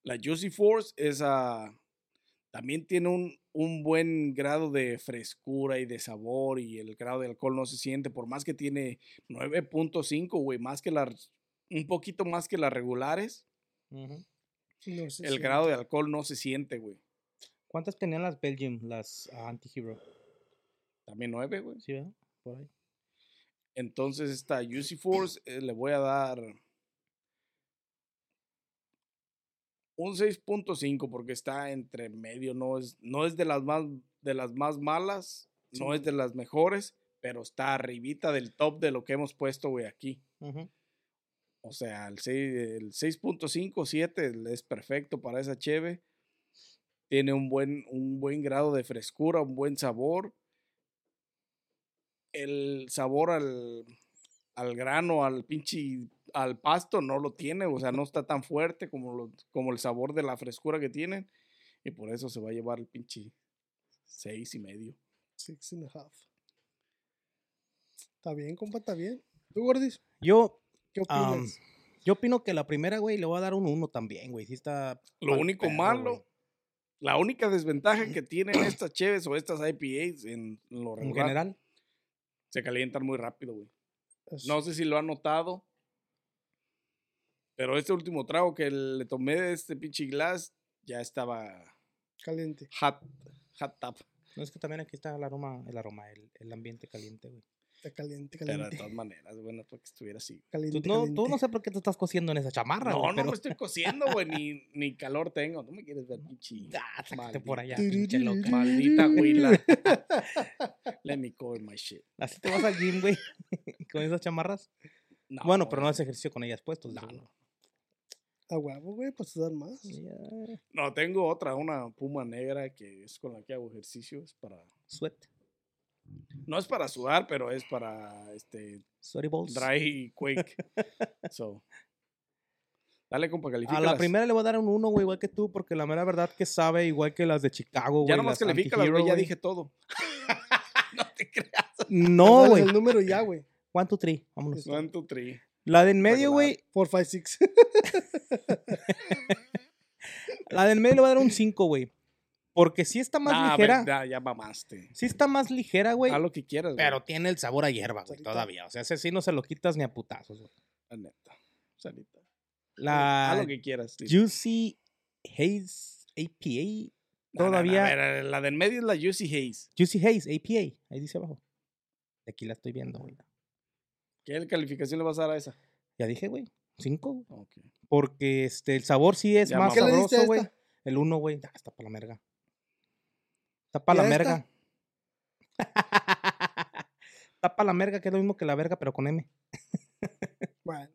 [SPEAKER 3] La Juicy Force, esa también tiene un, un buen grado de frescura y de sabor y el grado de alcohol no se siente, por más que tiene 9.5, güey, más que las, un poquito más que las regulares
[SPEAKER 2] Ujú.
[SPEAKER 1] No sé
[SPEAKER 3] el
[SPEAKER 1] si-
[SPEAKER 3] grado de alcohol no se siente, güey.
[SPEAKER 2] ¿Cuántas tenían las Belgium, las ah, anti-hero?
[SPEAKER 3] También nueve, güey.
[SPEAKER 2] ¿Sí, verdad? Por ahí.
[SPEAKER 3] Entonces esta UC Force eh, le voy a dar un 6.5 porque está entre medio, no es, no es de las más de las más malas, no es de las mejores, pero está arribita del top de lo que hemos puesto, güey, aquí.
[SPEAKER 2] Ujú.
[SPEAKER 3] O sea, el seis- el 6.5, 7 es perfecto para esa cheve. Tiene un buen, un buen grado de frescura, un buen sabor. El sabor al, al grano, al pinche, al pasto no lo tiene. O sea, no está tan fuerte como, lo- como el sabor de la frescura que tienen. Y por eso se va a llevar el pinche 6 y medio.
[SPEAKER 1] Six and a half. Está bien, compa, está bien. ¿Tú, Gordis?
[SPEAKER 2] Yo,
[SPEAKER 1] ¿Qué
[SPEAKER 2] am,
[SPEAKER 1] opinas?
[SPEAKER 2] yo opino que la primera, güey, le voy a dar un uno también, güey. Sí está...
[SPEAKER 3] Lo
[SPEAKER 2] pa'l
[SPEAKER 3] único
[SPEAKER 2] perro,
[SPEAKER 3] malo,
[SPEAKER 2] güey.
[SPEAKER 3] la única desventaja
[SPEAKER 2] [CLEARS THROAT]
[SPEAKER 3] que tienen estas cheves o estas IPAs en lo
[SPEAKER 2] En
[SPEAKER 3] regular
[SPEAKER 2] general,
[SPEAKER 3] se calientan muy rápido, güey.
[SPEAKER 1] Es-
[SPEAKER 3] No sé si lo han notado. Pero este último trago que le tomé de este pinche glass ya estaba
[SPEAKER 1] Caliente.
[SPEAKER 3] hot, hot top.
[SPEAKER 2] no es que también aquí está el aroma, el aroma, el, el ambiente caliente, güey.
[SPEAKER 1] Está caliente,
[SPEAKER 3] Pero de
[SPEAKER 1] caliente.
[SPEAKER 3] todas maneras, bueno, fue que estuviera así.
[SPEAKER 1] Caliente,
[SPEAKER 2] Tú no, tú no
[SPEAKER 1] caliente.
[SPEAKER 2] sé por qué te estás cosiendo en esa chamarra,
[SPEAKER 3] No,
[SPEAKER 2] güey,
[SPEAKER 3] no pues.
[SPEAKER 2] pero-
[SPEAKER 3] me estoy cociendo, güey, ni, ni calor tengo. No me quieres ver, pinche.
[SPEAKER 2] Ah, sácate por allá,
[SPEAKER 3] maldita-
[SPEAKER 2] pinche loca. [LAUGHS]
[SPEAKER 3] Maldita huila. Let me cover my shit.
[SPEAKER 2] Así te vas al gym, güey, [LAUGHS] con esas chamarras.
[SPEAKER 3] No,
[SPEAKER 2] bueno, pero no
[SPEAKER 3] güey.
[SPEAKER 2] haces ejercicio con ellas puestos. de
[SPEAKER 3] No,
[SPEAKER 2] seguro.
[SPEAKER 1] A huevo, güey, pues te dan más.
[SPEAKER 2] Yeah,
[SPEAKER 3] No, tengo otra, una puma negra que es con la que hago ejercicios para.
[SPEAKER 2] Sweat,
[SPEAKER 3] No es para sudar, pero es para este
[SPEAKER 2] sweaty balls.
[SPEAKER 3] Dry Quake. [LAUGHS] so. Dale, compa, califica.
[SPEAKER 2] A la primera le voy a dar un 1, güey, igual que tú, porque la mera verdad que sabe igual que las de Chicago, güey.
[SPEAKER 3] Ya nomás
[SPEAKER 2] las
[SPEAKER 3] califica, güey,
[SPEAKER 2] antihero,
[SPEAKER 3] ya
[SPEAKER 2] güey.
[SPEAKER 3] dije todo. [LAUGHS] no te creas.
[SPEAKER 2] No,
[SPEAKER 3] [LAUGHS]
[SPEAKER 1] Dale
[SPEAKER 2] güey.
[SPEAKER 1] El número
[SPEAKER 2] [LAUGHS]
[SPEAKER 1] ya, güey.
[SPEAKER 2] One, two, three. Vámonos.
[SPEAKER 3] One, two, three.
[SPEAKER 2] La de en medio, güey.
[SPEAKER 1] Four, five, six. [LAUGHS]
[SPEAKER 2] La de en medio le voy a dar un 5, güey. Porque sí está más
[SPEAKER 3] Nah, a ver,
[SPEAKER 2] ligera.
[SPEAKER 3] ya, ya mamaste.
[SPEAKER 2] Sí está más ligera, güey.
[SPEAKER 3] Haz lo que quieras, güey,
[SPEAKER 2] Pero tiene el sabor a hierba, güey,
[SPEAKER 1] Ahorita.
[SPEAKER 2] todavía. O sea, ese sí no se lo quitas ni a putazos, güey.
[SPEAKER 3] La neta. Salita. Haz
[SPEAKER 2] La
[SPEAKER 3] lo que quieras. Lito.
[SPEAKER 2] Juicy Haze APA.
[SPEAKER 3] No, no, no,
[SPEAKER 2] todavía-
[SPEAKER 3] a ver, a ver, la del medio es la Juicy Haze.
[SPEAKER 2] Juicy Haze APA. Ahí dice abajo. Y aquí la estoy viendo, güey.
[SPEAKER 3] ¿Qué calificación le vas a dar a esa?
[SPEAKER 2] Ya dije, güey, cinco, güey.
[SPEAKER 3] Ok.
[SPEAKER 2] Porque este, el sabor sí es
[SPEAKER 3] Ya
[SPEAKER 2] más
[SPEAKER 3] ¿Qué le
[SPEAKER 1] diste a
[SPEAKER 2] sabroso, güey.
[SPEAKER 1] esta?
[SPEAKER 2] El uno, güey. Ah, está para la merga. Está para la
[SPEAKER 1] ¿Y a esta?
[SPEAKER 2] merga. [LAUGHS] está para la merga, que es lo mismo que la verga, pero con M.
[SPEAKER 1] Bueno,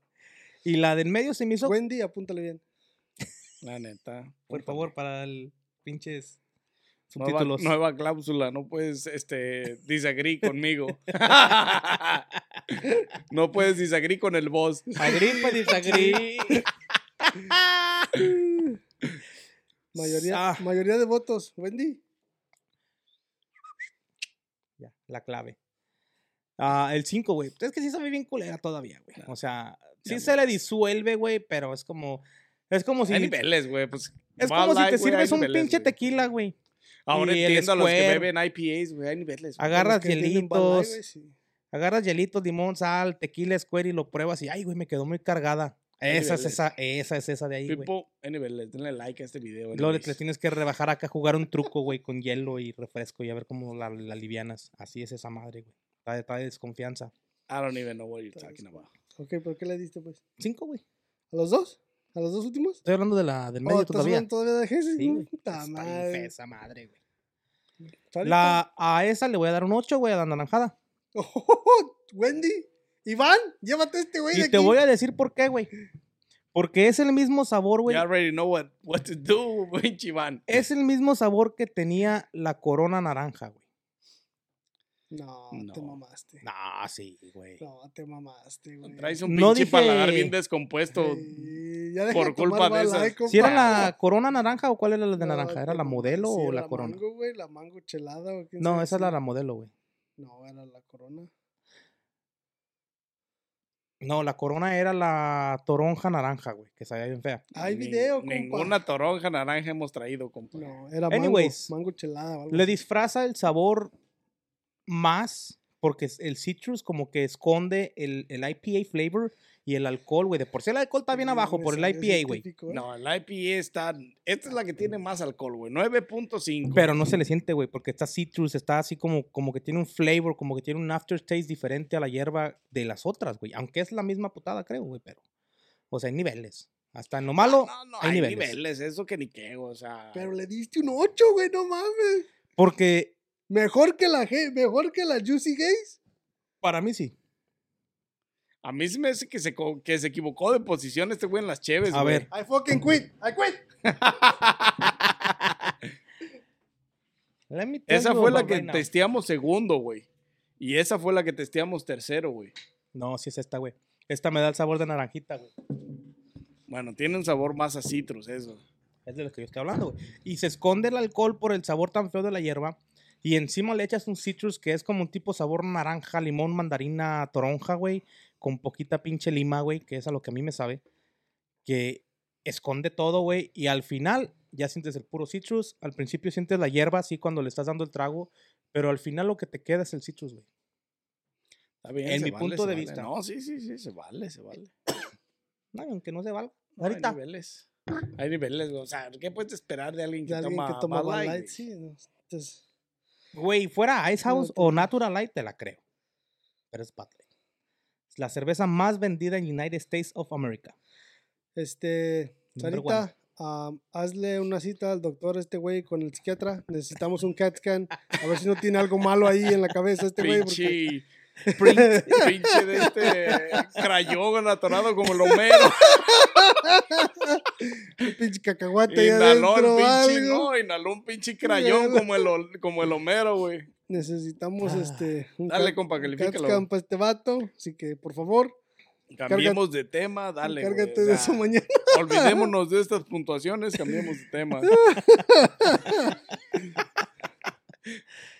[SPEAKER 2] Y la del medio se me hizo.
[SPEAKER 1] Wendy, apúntale bien.
[SPEAKER 3] La neta.
[SPEAKER 2] por favor, para el pinches
[SPEAKER 3] Nueva,
[SPEAKER 2] subtítulos. [LAUGHS]
[SPEAKER 3] nueva cláusula, no puedes este, disagree conmigo. no puedes disagree con el boss.
[SPEAKER 2] Agripa y [LAUGHS] disagri.
[SPEAKER 1] Mayoría,
[SPEAKER 2] Ah.
[SPEAKER 1] mayoría de votos. Wendy.
[SPEAKER 2] Ya, la clave. Ah, el 5, güey. Es que sí sabe bien culera todavía, güey. O sea, sí
[SPEAKER 3] Ya,
[SPEAKER 2] se le disuelve, güey, pero es como. Es como si.
[SPEAKER 3] Hay niveles, güey. Pues,
[SPEAKER 2] Es
[SPEAKER 3] Bud
[SPEAKER 2] como si
[SPEAKER 3] Light,
[SPEAKER 2] te
[SPEAKER 3] güey, hay
[SPEAKER 2] sirves un
[SPEAKER 3] niveles,
[SPEAKER 2] pinche
[SPEAKER 3] güey.
[SPEAKER 2] tequila, güey.
[SPEAKER 3] Ahora
[SPEAKER 2] y el
[SPEAKER 3] entiendo a los que
[SPEAKER 2] Square.
[SPEAKER 3] beben IPAs, güey. Hay niveles. güey.
[SPEAKER 2] Agarras
[SPEAKER 1] Los que tienen Bud Light, güey,
[SPEAKER 2] hielitos.
[SPEAKER 1] sí.
[SPEAKER 2] Agarras hielitos, limón, sal, tequila, square y lo pruebas y, ay, güey, me quedó muy cargada.
[SPEAKER 3] Hay
[SPEAKER 2] Esa es
[SPEAKER 3] niveles.
[SPEAKER 2] esa, esa es esa de ahí, güey.
[SPEAKER 3] People, hay niveles. Denle like a este video.
[SPEAKER 2] Luego le,
[SPEAKER 3] anyways.
[SPEAKER 2] le tienes que rebajar acá, jugar un truco, güey, con hielo y refresco y a ver cómo la, la livianas. Así es esa madre, güey. Está de, está de desconfianza.
[SPEAKER 3] I don't even know what you're talking about.
[SPEAKER 1] Ok, pero ¿qué le diste, pues?
[SPEAKER 2] Cinco, güey.
[SPEAKER 1] ¿A los dos? ¿A los dos últimos?
[SPEAKER 2] Estoy hablando de la del
[SPEAKER 3] Oh,
[SPEAKER 1] ¿O
[SPEAKER 2] medio
[SPEAKER 1] estás
[SPEAKER 2] todavía.
[SPEAKER 1] hablando todavía de Jesús?
[SPEAKER 2] Sí, güey.
[SPEAKER 1] Puta
[SPEAKER 2] Está bien fea
[SPEAKER 1] madre.
[SPEAKER 2] esa madre, güey.
[SPEAKER 1] Chale,
[SPEAKER 2] La, a esa le voy a dar un 8, güey, a la naranjada.
[SPEAKER 1] [LAUGHS] Wendy, Iván, llévate a este güey de
[SPEAKER 2] Y
[SPEAKER 1] aquí.
[SPEAKER 2] te voy a decir por qué, güey. Porque es el mismo sabor, güey.
[SPEAKER 3] You already know what, what to do, [LAUGHS] güey, Chiván.
[SPEAKER 2] Es el mismo sabor que tenía la corona naranja, güey.
[SPEAKER 1] No, te
[SPEAKER 3] No.
[SPEAKER 1] mamaste.
[SPEAKER 2] Ah, sí, güey.
[SPEAKER 1] No, te mamaste, güey.
[SPEAKER 3] Traes un
[SPEAKER 2] No
[SPEAKER 3] pinche
[SPEAKER 2] dije-
[SPEAKER 3] paladar bien descompuesto.
[SPEAKER 1] Sí, ya deja
[SPEAKER 3] por
[SPEAKER 1] de
[SPEAKER 3] culpa
[SPEAKER 1] tomar
[SPEAKER 3] de
[SPEAKER 1] Bud
[SPEAKER 3] esas.
[SPEAKER 1] Light,
[SPEAKER 2] ¿Si era
[SPEAKER 1] compa.
[SPEAKER 2] la corona naranja o cuál era la de
[SPEAKER 1] No,
[SPEAKER 2] naranja? ¿Era
[SPEAKER 1] te
[SPEAKER 2] la modelo
[SPEAKER 1] mamaste,
[SPEAKER 2] o
[SPEAKER 1] era
[SPEAKER 2] la corona?
[SPEAKER 1] mango, güey, la mango chelada. o quién
[SPEAKER 2] No,
[SPEAKER 1] sabe
[SPEAKER 2] esa
[SPEAKER 1] si-
[SPEAKER 2] era la modelo, güey.
[SPEAKER 1] No, era la corona.
[SPEAKER 2] No, la corona era la toronja naranja, güey, que sabía bien fea.
[SPEAKER 1] Hay
[SPEAKER 3] Ni-
[SPEAKER 1] video, compa.
[SPEAKER 3] Ninguna toronja naranja hemos traído, compa.
[SPEAKER 1] No, era
[SPEAKER 2] Anyways.
[SPEAKER 1] mango. Mango chelada. o algo
[SPEAKER 2] Le
[SPEAKER 1] así.
[SPEAKER 2] disfraza el sabor más porque es- el citrus como que esconde el, el IPA flavor y el alcohol, güey. De por sí el alcohol está bien
[SPEAKER 1] Mames,
[SPEAKER 2] abajo por el
[SPEAKER 1] eres
[SPEAKER 2] IPA, güey.
[SPEAKER 1] científico, ¿eh?
[SPEAKER 3] No, el IPA está. Esta es la que tiene más alcohol, güey. 9.5.
[SPEAKER 2] Pero no se le siente, güey, porque está citrus, está así como, como que tiene un flavor, como que tiene un aftertaste diferente a la hierba de las otras, güey. Aunque es la misma putada, creo, güey, pero. O sea, hay niveles. Hasta en lo malo,
[SPEAKER 3] No, no,
[SPEAKER 2] hay, niveles.
[SPEAKER 3] Eso que ni qué, o sea.
[SPEAKER 1] Pero le diste un 8, güey, no mames.
[SPEAKER 2] Porque
[SPEAKER 1] Mejor que la, Ge- mejor que la Juicy Gays.
[SPEAKER 2] para mí sí.
[SPEAKER 3] a mí se me hace que se, co- que se equivocó de posición este güey en las cheves,
[SPEAKER 2] A
[SPEAKER 3] güey.
[SPEAKER 2] ver.
[SPEAKER 1] I fucking quit. I quit.
[SPEAKER 2] Let me tell
[SPEAKER 3] Esa
[SPEAKER 2] you
[SPEAKER 3] fue la
[SPEAKER 2] about
[SPEAKER 3] que
[SPEAKER 2] right now.
[SPEAKER 3] testeamos segundo, güey. Y esa fue la que testeamos tercero, güey.
[SPEAKER 2] No, sí es esta, güey. Esta me da el sabor de naranjita, güey.
[SPEAKER 3] Bueno, tiene un sabor más a citrus, eso.
[SPEAKER 2] Es de lo que yo estoy hablando, güey. Y se esconde el alcohol por el sabor tan feo de la hierba. Y encima le echas un citrus que es como un tipo sabor naranja, limón, mandarina, toronja, güey. Con poquita pinche lima, güey, que es a lo que a mí me sabe. Que esconde todo, güey. Y al final ya sientes el puro citrus. Al principio sientes la hierba, así cuando le estás dando el trago. Pero al final lo que te queda es el citrus, güey.
[SPEAKER 3] Está bien,
[SPEAKER 2] En
[SPEAKER 3] se
[SPEAKER 2] mi
[SPEAKER 3] vale,
[SPEAKER 2] punto
[SPEAKER 3] se
[SPEAKER 2] de
[SPEAKER 3] vale.
[SPEAKER 2] vista.
[SPEAKER 3] No, sí, sí, sí, se vale, se vale.
[SPEAKER 2] No, aunque no se valga.
[SPEAKER 3] No, Hay
[SPEAKER 2] Ahorita.
[SPEAKER 3] niveles. Hay niveles, güey. O sea, ¿qué puedes esperar de alguien que
[SPEAKER 1] De alguien
[SPEAKER 3] toma,
[SPEAKER 1] que toma
[SPEAKER 3] Bud Light,
[SPEAKER 1] Light,
[SPEAKER 3] güey?
[SPEAKER 1] sí. no, Entonces,
[SPEAKER 2] Güey, fuera Ice
[SPEAKER 1] No,
[SPEAKER 2] House
[SPEAKER 1] te-
[SPEAKER 2] o Natural Light, te la creo. Pero es Bud Light. Es la cerveza más vendida en United States of America.
[SPEAKER 1] este,
[SPEAKER 2] Number
[SPEAKER 1] Sarita, am, hazle una cita al doctor este güey con el psiquiatra. Necesitamos un CAT scan. A ver si no tiene algo malo ahí en la cabeza
[SPEAKER 2] [LAUGHS]
[SPEAKER 1] este güey. porque-
[SPEAKER 3] Pinche,
[SPEAKER 1] [LAUGHS]
[SPEAKER 3] pinche, pinche de este crayón atorado como el Homero.
[SPEAKER 1] Pinche cacahuate ahí
[SPEAKER 3] Inhaló el
[SPEAKER 1] adentro
[SPEAKER 3] pinche,
[SPEAKER 1] algo.
[SPEAKER 3] no, inhaló un pinche crayón como el, ol- como el Homero, güey.
[SPEAKER 1] Necesitamos
[SPEAKER 2] Ah,
[SPEAKER 1] este un
[SPEAKER 3] dale,
[SPEAKER 1] cat-
[SPEAKER 3] compa,
[SPEAKER 1] un
[SPEAKER 3] califícalo.
[SPEAKER 1] CAT scan para este vato. Así que, por favor,
[SPEAKER 3] Cambiemos de tema, dale. güey,
[SPEAKER 1] cárgate
[SPEAKER 3] o
[SPEAKER 1] de
[SPEAKER 3] sea,
[SPEAKER 1] eso mañana.
[SPEAKER 3] [LAUGHS]
[SPEAKER 1] [LAUGHS]
[SPEAKER 3] Olvidémonos de estas puntuaciones, cambiemos de tema.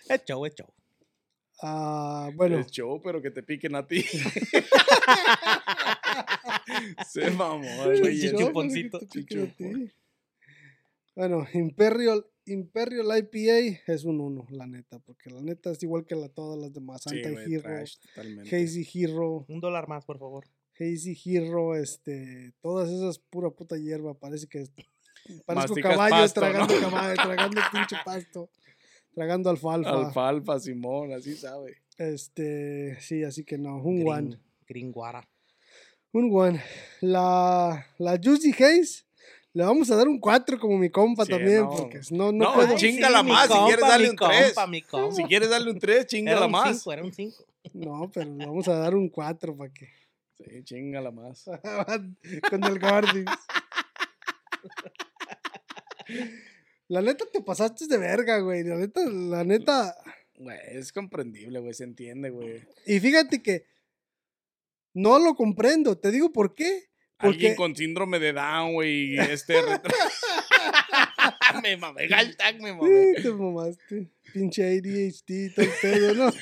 [SPEAKER 2] Es show, es show.
[SPEAKER 1] Ah, [LAUGHS] bueno,
[SPEAKER 3] Es show, pero que te piquen a
[SPEAKER 1] [LAUGHS]
[SPEAKER 3] ti. Se mamó, güey.
[SPEAKER 2] Pinche
[SPEAKER 3] el-
[SPEAKER 1] Yo,
[SPEAKER 2] chuponcito.
[SPEAKER 1] pues, ¿qué te
[SPEAKER 3] Chupo.
[SPEAKER 1] quiero decir? Bueno, Imperial, Imperial IPA es un uno, la neta, porque la neta es igual que la, todas las demás.
[SPEAKER 3] Sí,
[SPEAKER 1] Santa
[SPEAKER 3] güey,
[SPEAKER 1] Hero,
[SPEAKER 3] trash, totalmente.
[SPEAKER 1] Hazy Hero,
[SPEAKER 2] Un dólar más, por favor.
[SPEAKER 1] Hazy Hero, este, todas esas pura puta hierba, parece
[SPEAKER 3] [LAUGHS]
[SPEAKER 1] que es- parezco
[SPEAKER 3] Masticas
[SPEAKER 1] caballo
[SPEAKER 3] pasto,
[SPEAKER 1] tragando
[SPEAKER 3] ¿no? [LAUGHS]
[SPEAKER 1] caballo, tragando pinche pasto, tragando alfalfa.
[SPEAKER 3] Alfalfa, Simón, así sabe.
[SPEAKER 1] Este, sí, así que no, un one.
[SPEAKER 2] Green, green Guara.
[SPEAKER 1] Un one. La, la Juicy Hayes, le vamos a dar un 4 como mi compa
[SPEAKER 3] Sí,
[SPEAKER 1] también,
[SPEAKER 3] no.
[SPEAKER 1] porque no, no,
[SPEAKER 3] No,
[SPEAKER 1] puedo.
[SPEAKER 3] sí. Chíngala
[SPEAKER 2] mi
[SPEAKER 3] más, si quieres darle
[SPEAKER 2] mi
[SPEAKER 3] un tres.
[SPEAKER 2] compa, mi compa.
[SPEAKER 3] Si quieres darle un 3,
[SPEAKER 2] Era
[SPEAKER 3] chingala
[SPEAKER 2] un
[SPEAKER 3] más.
[SPEAKER 2] 5, era un
[SPEAKER 3] [LAUGHS]
[SPEAKER 2] 5.
[SPEAKER 1] No, pero le vamos a dar un 4 para que.
[SPEAKER 3] Sí, chingala
[SPEAKER 1] [LAUGHS]
[SPEAKER 3] más.
[SPEAKER 1] con el
[SPEAKER 3] [LAUGHS]
[SPEAKER 1] Gordis. La neta te pasaste de verga, güey. La neta, la neta.
[SPEAKER 3] Güey, es comprendible, güey, se entiende, güey.
[SPEAKER 1] Y fíjate que no lo comprendo. Te digo por qué.
[SPEAKER 3] Alguien
[SPEAKER 1] Porque
[SPEAKER 3] con síndrome de Down, güey,
[SPEAKER 1] [LAUGHS]
[SPEAKER 3] y este... retra- Ah, me mamé, hashtag me mamé.
[SPEAKER 1] Sí, te mamaste. Pinche ADHD y todo el pedo, ¿no? [LAUGHS]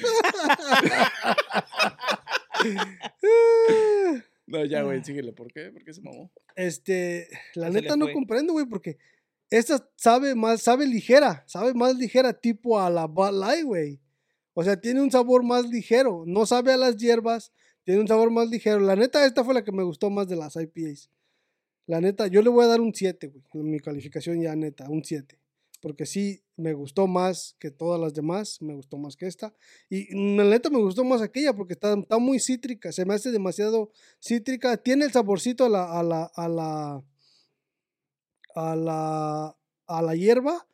[SPEAKER 1] Ah.
[SPEAKER 3] No, ya, güey, síguele. ¿Por qué? ¿Por qué se mamó?
[SPEAKER 1] este, la
[SPEAKER 2] Ya se le
[SPEAKER 1] neta no
[SPEAKER 2] fue.
[SPEAKER 1] comprendo, güey, porque esta sabe más, sabe ligera, sabe más ligera, tipo a la Bud Light, güey. O sea, tiene un sabor más ligero, no sabe a las hierbas, tiene un sabor más ligero. La neta, esta fue la que me gustó más de las IPAs. La neta, yo le voy a dar un 7, güey, en mi calificación ya neta, un 7. Porque sí, me gustó más que todas las demás, me gustó más que esta. Y mm, la neta me gustó más aquella porque está, está muy cítrica, se me hace demasiado cítrica, tiene el saborcito a la, a la, a la, a la, a la hierba,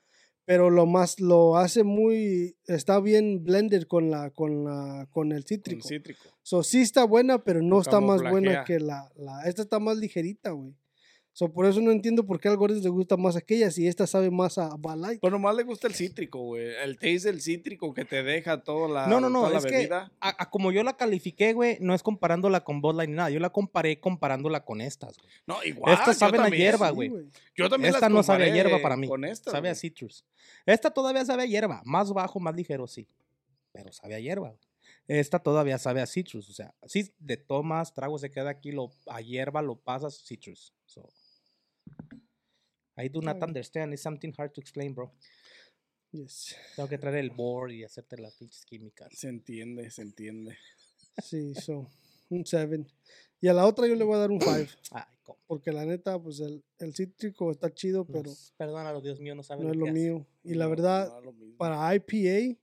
[SPEAKER 1] pero lo más, lo hace muy, está bien blended con la, con la, con el
[SPEAKER 3] Con
[SPEAKER 1] cítrico.
[SPEAKER 3] cítrico.
[SPEAKER 1] So, sí está buena, pero no
[SPEAKER 3] Lo
[SPEAKER 1] está más buena
[SPEAKER 3] camuflajea.
[SPEAKER 1] que la, la, esta está más ligerita, güey. So, por eso no entiendo por qué al Gordis le gusta más aquella si esta sabe más a Balay.
[SPEAKER 3] Pues nomás le gusta el cítrico, güey. El taste del cítrico que te deja toda la,
[SPEAKER 2] No, no, no,
[SPEAKER 3] toda la
[SPEAKER 2] es que-
[SPEAKER 3] bebida.
[SPEAKER 2] A, a como yo la califiqué, güey, no es comparándola con Bud Light ni nada. Yo la comparé comparándola con estas, güey.
[SPEAKER 3] No, igual.
[SPEAKER 2] Estas
[SPEAKER 3] yo
[SPEAKER 2] saben a
[SPEAKER 3] también,
[SPEAKER 2] hierba,
[SPEAKER 3] sí.
[SPEAKER 2] güey.
[SPEAKER 3] Yo también
[SPEAKER 2] Esta
[SPEAKER 3] las
[SPEAKER 2] no sabe a
[SPEAKER 3] comparé
[SPEAKER 2] hierba para mí.
[SPEAKER 3] Con esta.
[SPEAKER 2] Sabe
[SPEAKER 3] güey.
[SPEAKER 2] a citrus. Esta todavía sabe a hierba. Más bajo, más ligero, sí. Pero sabe a hierba, güey. Esta todavía sabe a citrus. O sea, si de tomas, trago, se queda aquí, lo, a hierba lo pasas, citrus. So, I do not
[SPEAKER 1] Está bien.
[SPEAKER 2] understand. It's something hard to explain, bro.
[SPEAKER 1] Yes.
[SPEAKER 2] Tengo que traer el board y hacerte las pinches químicas.
[SPEAKER 3] Se entiende, se entiende.
[SPEAKER 1] Sí, so, un 7. Y a la otra yo le voy a dar un 5.
[SPEAKER 2] Ay, cómo.
[SPEAKER 1] porque la neta, pues el, el cítrico está chido,
[SPEAKER 2] No
[SPEAKER 1] pero
[SPEAKER 2] s- Perdónalo, Dios mío, no sabe
[SPEAKER 1] no es
[SPEAKER 2] que
[SPEAKER 1] lo
[SPEAKER 2] hace.
[SPEAKER 1] mío. Y la
[SPEAKER 3] No,
[SPEAKER 1] verdad,
[SPEAKER 3] no es lo mismo.
[SPEAKER 1] para IPA,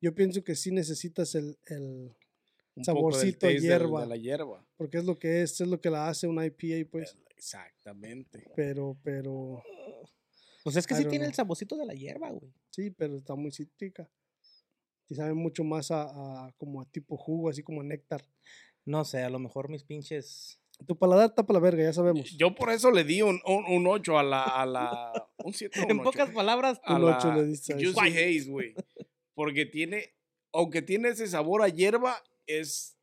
[SPEAKER 1] yo pienso que sí necesitas el, el-
[SPEAKER 3] Un
[SPEAKER 1] saborcito
[SPEAKER 3] poco del taste del-
[SPEAKER 1] hierba.
[SPEAKER 3] de la hierba.
[SPEAKER 1] porque es lo que es, es lo que la hace una IPA, pues.
[SPEAKER 3] Exactamente.
[SPEAKER 1] Pero, pero,
[SPEAKER 2] Pues es que
[SPEAKER 1] I
[SPEAKER 2] sí
[SPEAKER 1] don't
[SPEAKER 2] tiene
[SPEAKER 1] know.
[SPEAKER 2] el saborcito de la hierba, güey.
[SPEAKER 1] sí, pero está muy cítrica. Y sabe mucho más a, a como a tipo jugo, así como a néctar.
[SPEAKER 2] No sé, a lo mejor mis pinches.
[SPEAKER 1] Tu paladar tapa la verga, ya sabemos.
[SPEAKER 3] Yo por eso le di un, un, 8 a la, a la. Un 7
[SPEAKER 2] En pocas palabras,
[SPEAKER 3] a
[SPEAKER 1] Un
[SPEAKER 3] la
[SPEAKER 1] ocho le diste a
[SPEAKER 3] Juicy
[SPEAKER 1] eso.
[SPEAKER 3] Haze, güey. Porque tiene, aunque tiene ese sabor a hierba, es,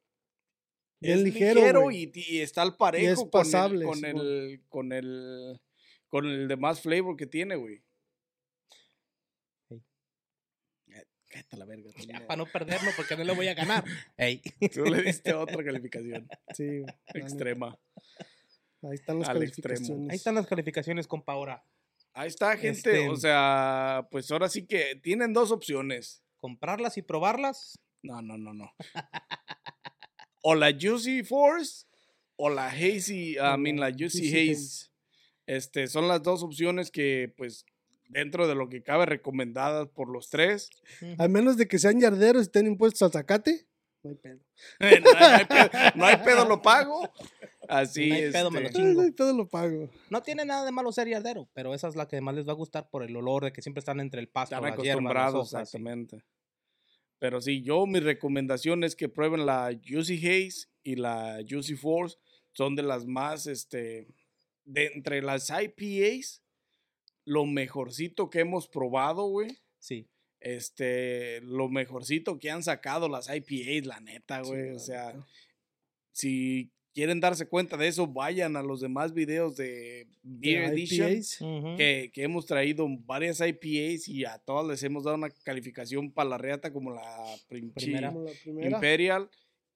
[SPEAKER 1] Bien
[SPEAKER 3] es
[SPEAKER 1] ligero, güey.
[SPEAKER 3] y, ti- y está al parejo con el-
[SPEAKER 1] pasable,
[SPEAKER 3] con,
[SPEAKER 1] Simón.
[SPEAKER 3] el, con, el, con el demás flavor que tiene, güey.
[SPEAKER 2] Ey.
[SPEAKER 3] Eh, Cállate la verga. tú
[SPEAKER 2] ya,
[SPEAKER 3] no-
[SPEAKER 2] para no perderlo, porque no le voy a ganar. [LAUGHS] Ey.
[SPEAKER 3] Tú le diste otra calificación
[SPEAKER 1] Sí,
[SPEAKER 3] [LAUGHS]
[SPEAKER 1] güey, la neta.
[SPEAKER 3] extrema.
[SPEAKER 1] Ahí están las
[SPEAKER 3] al extremo. Ahí
[SPEAKER 1] calificaciones.
[SPEAKER 2] Ahí están las calificaciones, compa, ahora.
[SPEAKER 3] Ahí está, gente.
[SPEAKER 2] Este-
[SPEAKER 3] O sea, pues ahora sí que tienen dos opciones.
[SPEAKER 2] Comprarlas y probarlas.
[SPEAKER 3] No, no, no, no. o la Juicy Force o la Hazy,
[SPEAKER 1] O
[SPEAKER 3] I mean,
[SPEAKER 1] la
[SPEAKER 3] la Juicy
[SPEAKER 1] Juicy
[SPEAKER 3] Haze. Este, son las dos opciones que, pues, dentro de lo que cabe recomendadas por los tres. [LAUGHS]
[SPEAKER 1] A menos de que sean yarderos y estén impuestos al zacate, no hay pedo.
[SPEAKER 3] no, hay, no hay pedo, no hay pedo, lo pago. Así
[SPEAKER 2] No hay pedo, me lo
[SPEAKER 3] este,
[SPEAKER 2] chingo.
[SPEAKER 1] Ay, todo lo pago.
[SPEAKER 2] No tiene nada de malo ser yardero, pero esa es la que más les va a gustar por el olor de que siempre están entre el pasto,
[SPEAKER 3] Están
[SPEAKER 2] las hierbas, las
[SPEAKER 3] acostumbrados,
[SPEAKER 2] hojas. sí.
[SPEAKER 3] exactamente. Pero sí, yo mi recomendación es que prueben la Juicy Haze y la Juicy Force. Son de las más, este, de entre las IPAs, lo mejorcito que hemos probado, güey.
[SPEAKER 2] Sí.
[SPEAKER 3] Este, lo mejorcito que han sacado las IPAs, la neta, güey. o sea, si quieren darse cuenta de eso, vayan a los demás videos de Beer
[SPEAKER 1] De
[SPEAKER 3] Edition
[SPEAKER 1] IPAs.
[SPEAKER 2] Ujú.
[SPEAKER 3] que, que hemos traído varias IPAs y a todas les hemos dado una calificación para la reata como la pinche
[SPEAKER 2] Primera.
[SPEAKER 1] Como la primera.
[SPEAKER 3] Imperial.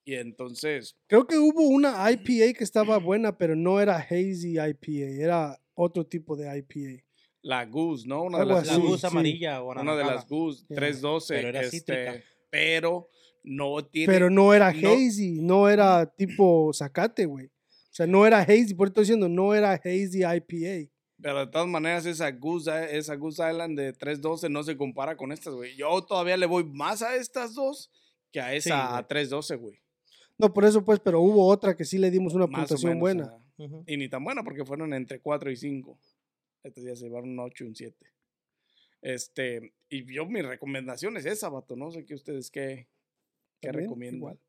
[SPEAKER 3] Y entonces,
[SPEAKER 1] Creo que hubo una IPA que estaba buena, pero no era hazy IPA, era otro tipo de IPA.
[SPEAKER 3] la Goose, ¿no? Una de
[SPEAKER 1] Algo
[SPEAKER 3] las
[SPEAKER 2] La
[SPEAKER 1] así,
[SPEAKER 3] Goose,
[SPEAKER 2] luz
[SPEAKER 1] sí.
[SPEAKER 2] amarilla o
[SPEAKER 3] una de
[SPEAKER 2] anaranjada.
[SPEAKER 3] las Goose
[SPEAKER 1] Ya.
[SPEAKER 3] 312.
[SPEAKER 2] Pero era
[SPEAKER 3] este,
[SPEAKER 2] cítrica.
[SPEAKER 3] pero no tiene.
[SPEAKER 1] Pero no era
[SPEAKER 3] no-
[SPEAKER 1] hazy, no era tipo zacate, güey. O sea, no era hazy, por eso estoy diciendo, no era hazy IPA.
[SPEAKER 3] Pero de todas maneras, esa Goose, esa Goose Island de 312 no se compara con estas, güey. Yo todavía le voy más a estas dos que a
[SPEAKER 2] Sí,
[SPEAKER 3] esa
[SPEAKER 2] güey.
[SPEAKER 3] a 3.12, güey.
[SPEAKER 1] No, por eso pues, pero hubo otra que sí le dimos una
[SPEAKER 3] Más o
[SPEAKER 1] puntuación
[SPEAKER 3] menos,
[SPEAKER 1] buena.
[SPEAKER 3] ajá. Y ni tan buena porque fueron entre 4 y 5. Estos días se llevaron un 8 y un 7. Este, y yo mi recomendación es esa, vato. No sé qué ustedes qué, qué
[SPEAKER 1] También,
[SPEAKER 3] recomiendan.
[SPEAKER 1] igual.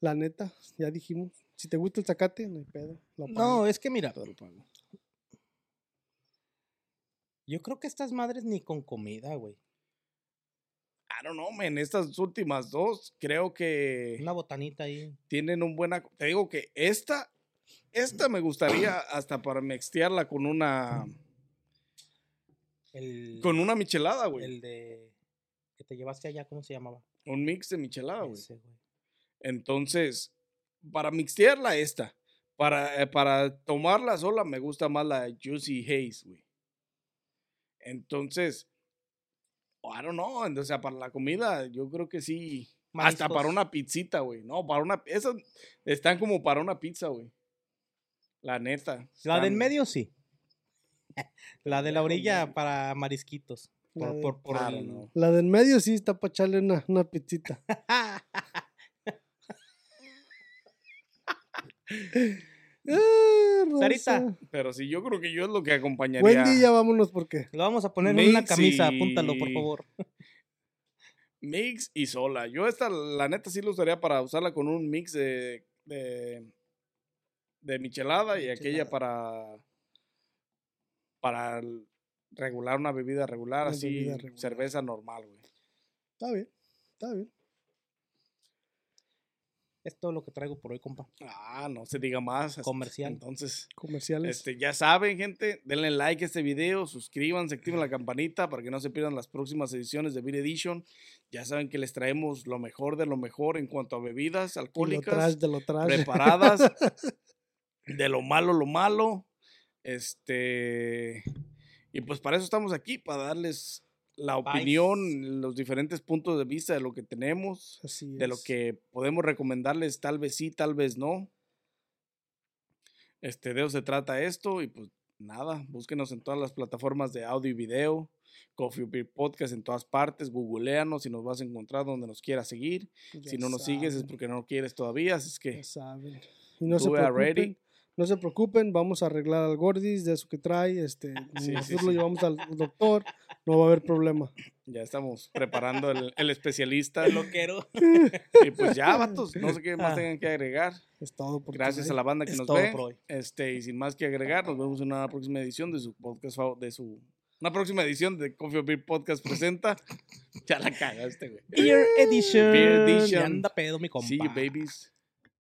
[SPEAKER 1] La neta, ya dijimos. Si te gusta el zacate, no hay pedo. lo
[SPEAKER 2] No,
[SPEAKER 1] apagas.
[SPEAKER 2] es que mira,
[SPEAKER 3] Todo lo pago.
[SPEAKER 2] yo creo que estas madres ni con comida, güey.
[SPEAKER 3] I don't know, man. Estas últimas dos creo que
[SPEAKER 2] Una botanita ahí.
[SPEAKER 3] tienen un buen... ac- Te digo que esta, esta me gustaría hasta para mextearla con una...
[SPEAKER 2] El,
[SPEAKER 3] Con una michelada, güey.
[SPEAKER 2] el de que te llevaste allá, ¿cómo se llamaba?
[SPEAKER 3] Un mix de michelada, Ah, güey.
[SPEAKER 2] Ese, güey.
[SPEAKER 3] Entonces, para mixtearla esta, para, eh, para tomarla sola me gusta más la Juicy Haze, güey. Entonces, I don't know, o sea, para la comida yo creo que sí. Hasta para
[SPEAKER 2] Mariscos.
[SPEAKER 3] una pizzita, güey. No, para una... Esas están como para una pizza, güey. La neta.
[SPEAKER 2] La del
[SPEAKER 3] están-
[SPEAKER 2] medio sí. [LAUGHS] La de la orilla para marisquitos.
[SPEAKER 1] La
[SPEAKER 2] Por,
[SPEAKER 1] de-
[SPEAKER 2] por, por
[SPEAKER 3] I
[SPEAKER 2] el-
[SPEAKER 3] don't know.
[SPEAKER 1] La del medio sí está para echarle una, una pizzita. Ah,
[SPEAKER 2] Sarita,
[SPEAKER 1] Rosa.
[SPEAKER 3] Pero sí, yo creo que yo es lo que acompañaría.
[SPEAKER 1] Wendy, ya vámonos porque.
[SPEAKER 2] Lo vamos a poner en una
[SPEAKER 3] Mixi.
[SPEAKER 2] camisa, apúntalo, por favor.
[SPEAKER 3] Mix y sola. Yo esta, la neta, sí lo usaría para usarla con un mix de, de, de michelada y aquella
[SPEAKER 2] Michelada.
[SPEAKER 3] para para el- regular una bebida regular,
[SPEAKER 1] Una
[SPEAKER 3] así
[SPEAKER 1] bebida regular.
[SPEAKER 3] cerveza normal, güey.
[SPEAKER 1] Está bien, está bien.
[SPEAKER 2] Es todo lo que traigo por hoy, compa.
[SPEAKER 3] Ah, no se diga más.
[SPEAKER 2] Comercial.
[SPEAKER 3] Entonces,
[SPEAKER 1] Comerciales.
[SPEAKER 3] este, ya saben, gente, denle like a este video, suscríbanse, activen la campanita para que no se pierdan las próximas ediciones de Beer Edition. Ya saben que les traemos lo mejor de lo mejor en cuanto a bebidas
[SPEAKER 1] Y lo
[SPEAKER 3] alcohólicas.
[SPEAKER 1] trash de lo trash.
[SPEAKER 3] preparadas de lo malo lo malo este y pues para eso estamos aquí para darles la
[SPEAKER 2] Advice.
[SPEAKER 3] opinión los diferentes puntos de vista de lo que tenemos
[SPEAKER 1] Así
[SPEAKER 3] de lo
[SPEAKER 1] es.
[SPEAKER 3] que podemos recomendarles tal vez sí tal vez no este de eso se trata esto y pues nada búsquenos en todas las plataformas de audio y video Coffee Beer Podcast en todas partes, googleanos y nos vas a encontrar donde nos quieras seguir.
[SPEAKER 1] Pues Ya
[SPEAKER 3] si no nos sigues es
[SPEAKER 1] saben,
[SPEAKER 3] porque no quieres todavía, así es que
[SPEAKER 1] ya saben. Y no se,
[SPEAKER 3] Do it already.
[SPEAKER 1] preocupen, no se preocupen, vamos a arreglar al Gordis de eso que trae. Este,
[SPEAKER 3] [LAUGHS] sí,
[SPEAKER 1] nosotros
[SPEAKER 3] sí.
[SPEAKER 1] lo llevamos al doctor, no va a haber problema.
[SPEAKER 3] Ya estamos preparando el, el especialista.
[SPEAKER 2] Lo quiero.
[SPEAKER 3] Y
[SPEAKER 2] [LAUGHS]
[SPEAKER 3] pues ya, vatos, no sé qué más
[SPEAKER 2] Ah. pues,
[SPEAKER 3] tengan que agregar.
[SPEAKER 1] Es todo por
[SPEAKER 3] Gracias a
[SPEAKER 1] hoy.
[SPEAKER 3] la banda que
[SPEAKER 2] Es
[SPEAKER 3] nos
[SPEAKER 2] todo
[SPEAKER 3] ve.
[SPEAKER 2] por hoy.
[SPEAKER 3] Este, y sin más que agregar, nos vemos en una próxima edición de su podcast, fav- de su... Una próxima edición de Coffee or Beer Podcast presenta. [LAUGHS] Ya la cagaste, güey.
[SPEAKER 2] Beer Edition.
[SPEAKER 3] Beer
[SPEAKER 2] Ya
[SPEAKER 3] Edition.
[SPEAKER 2] anda pedo, mi compa.
[SPEAKER 3] See you, babies.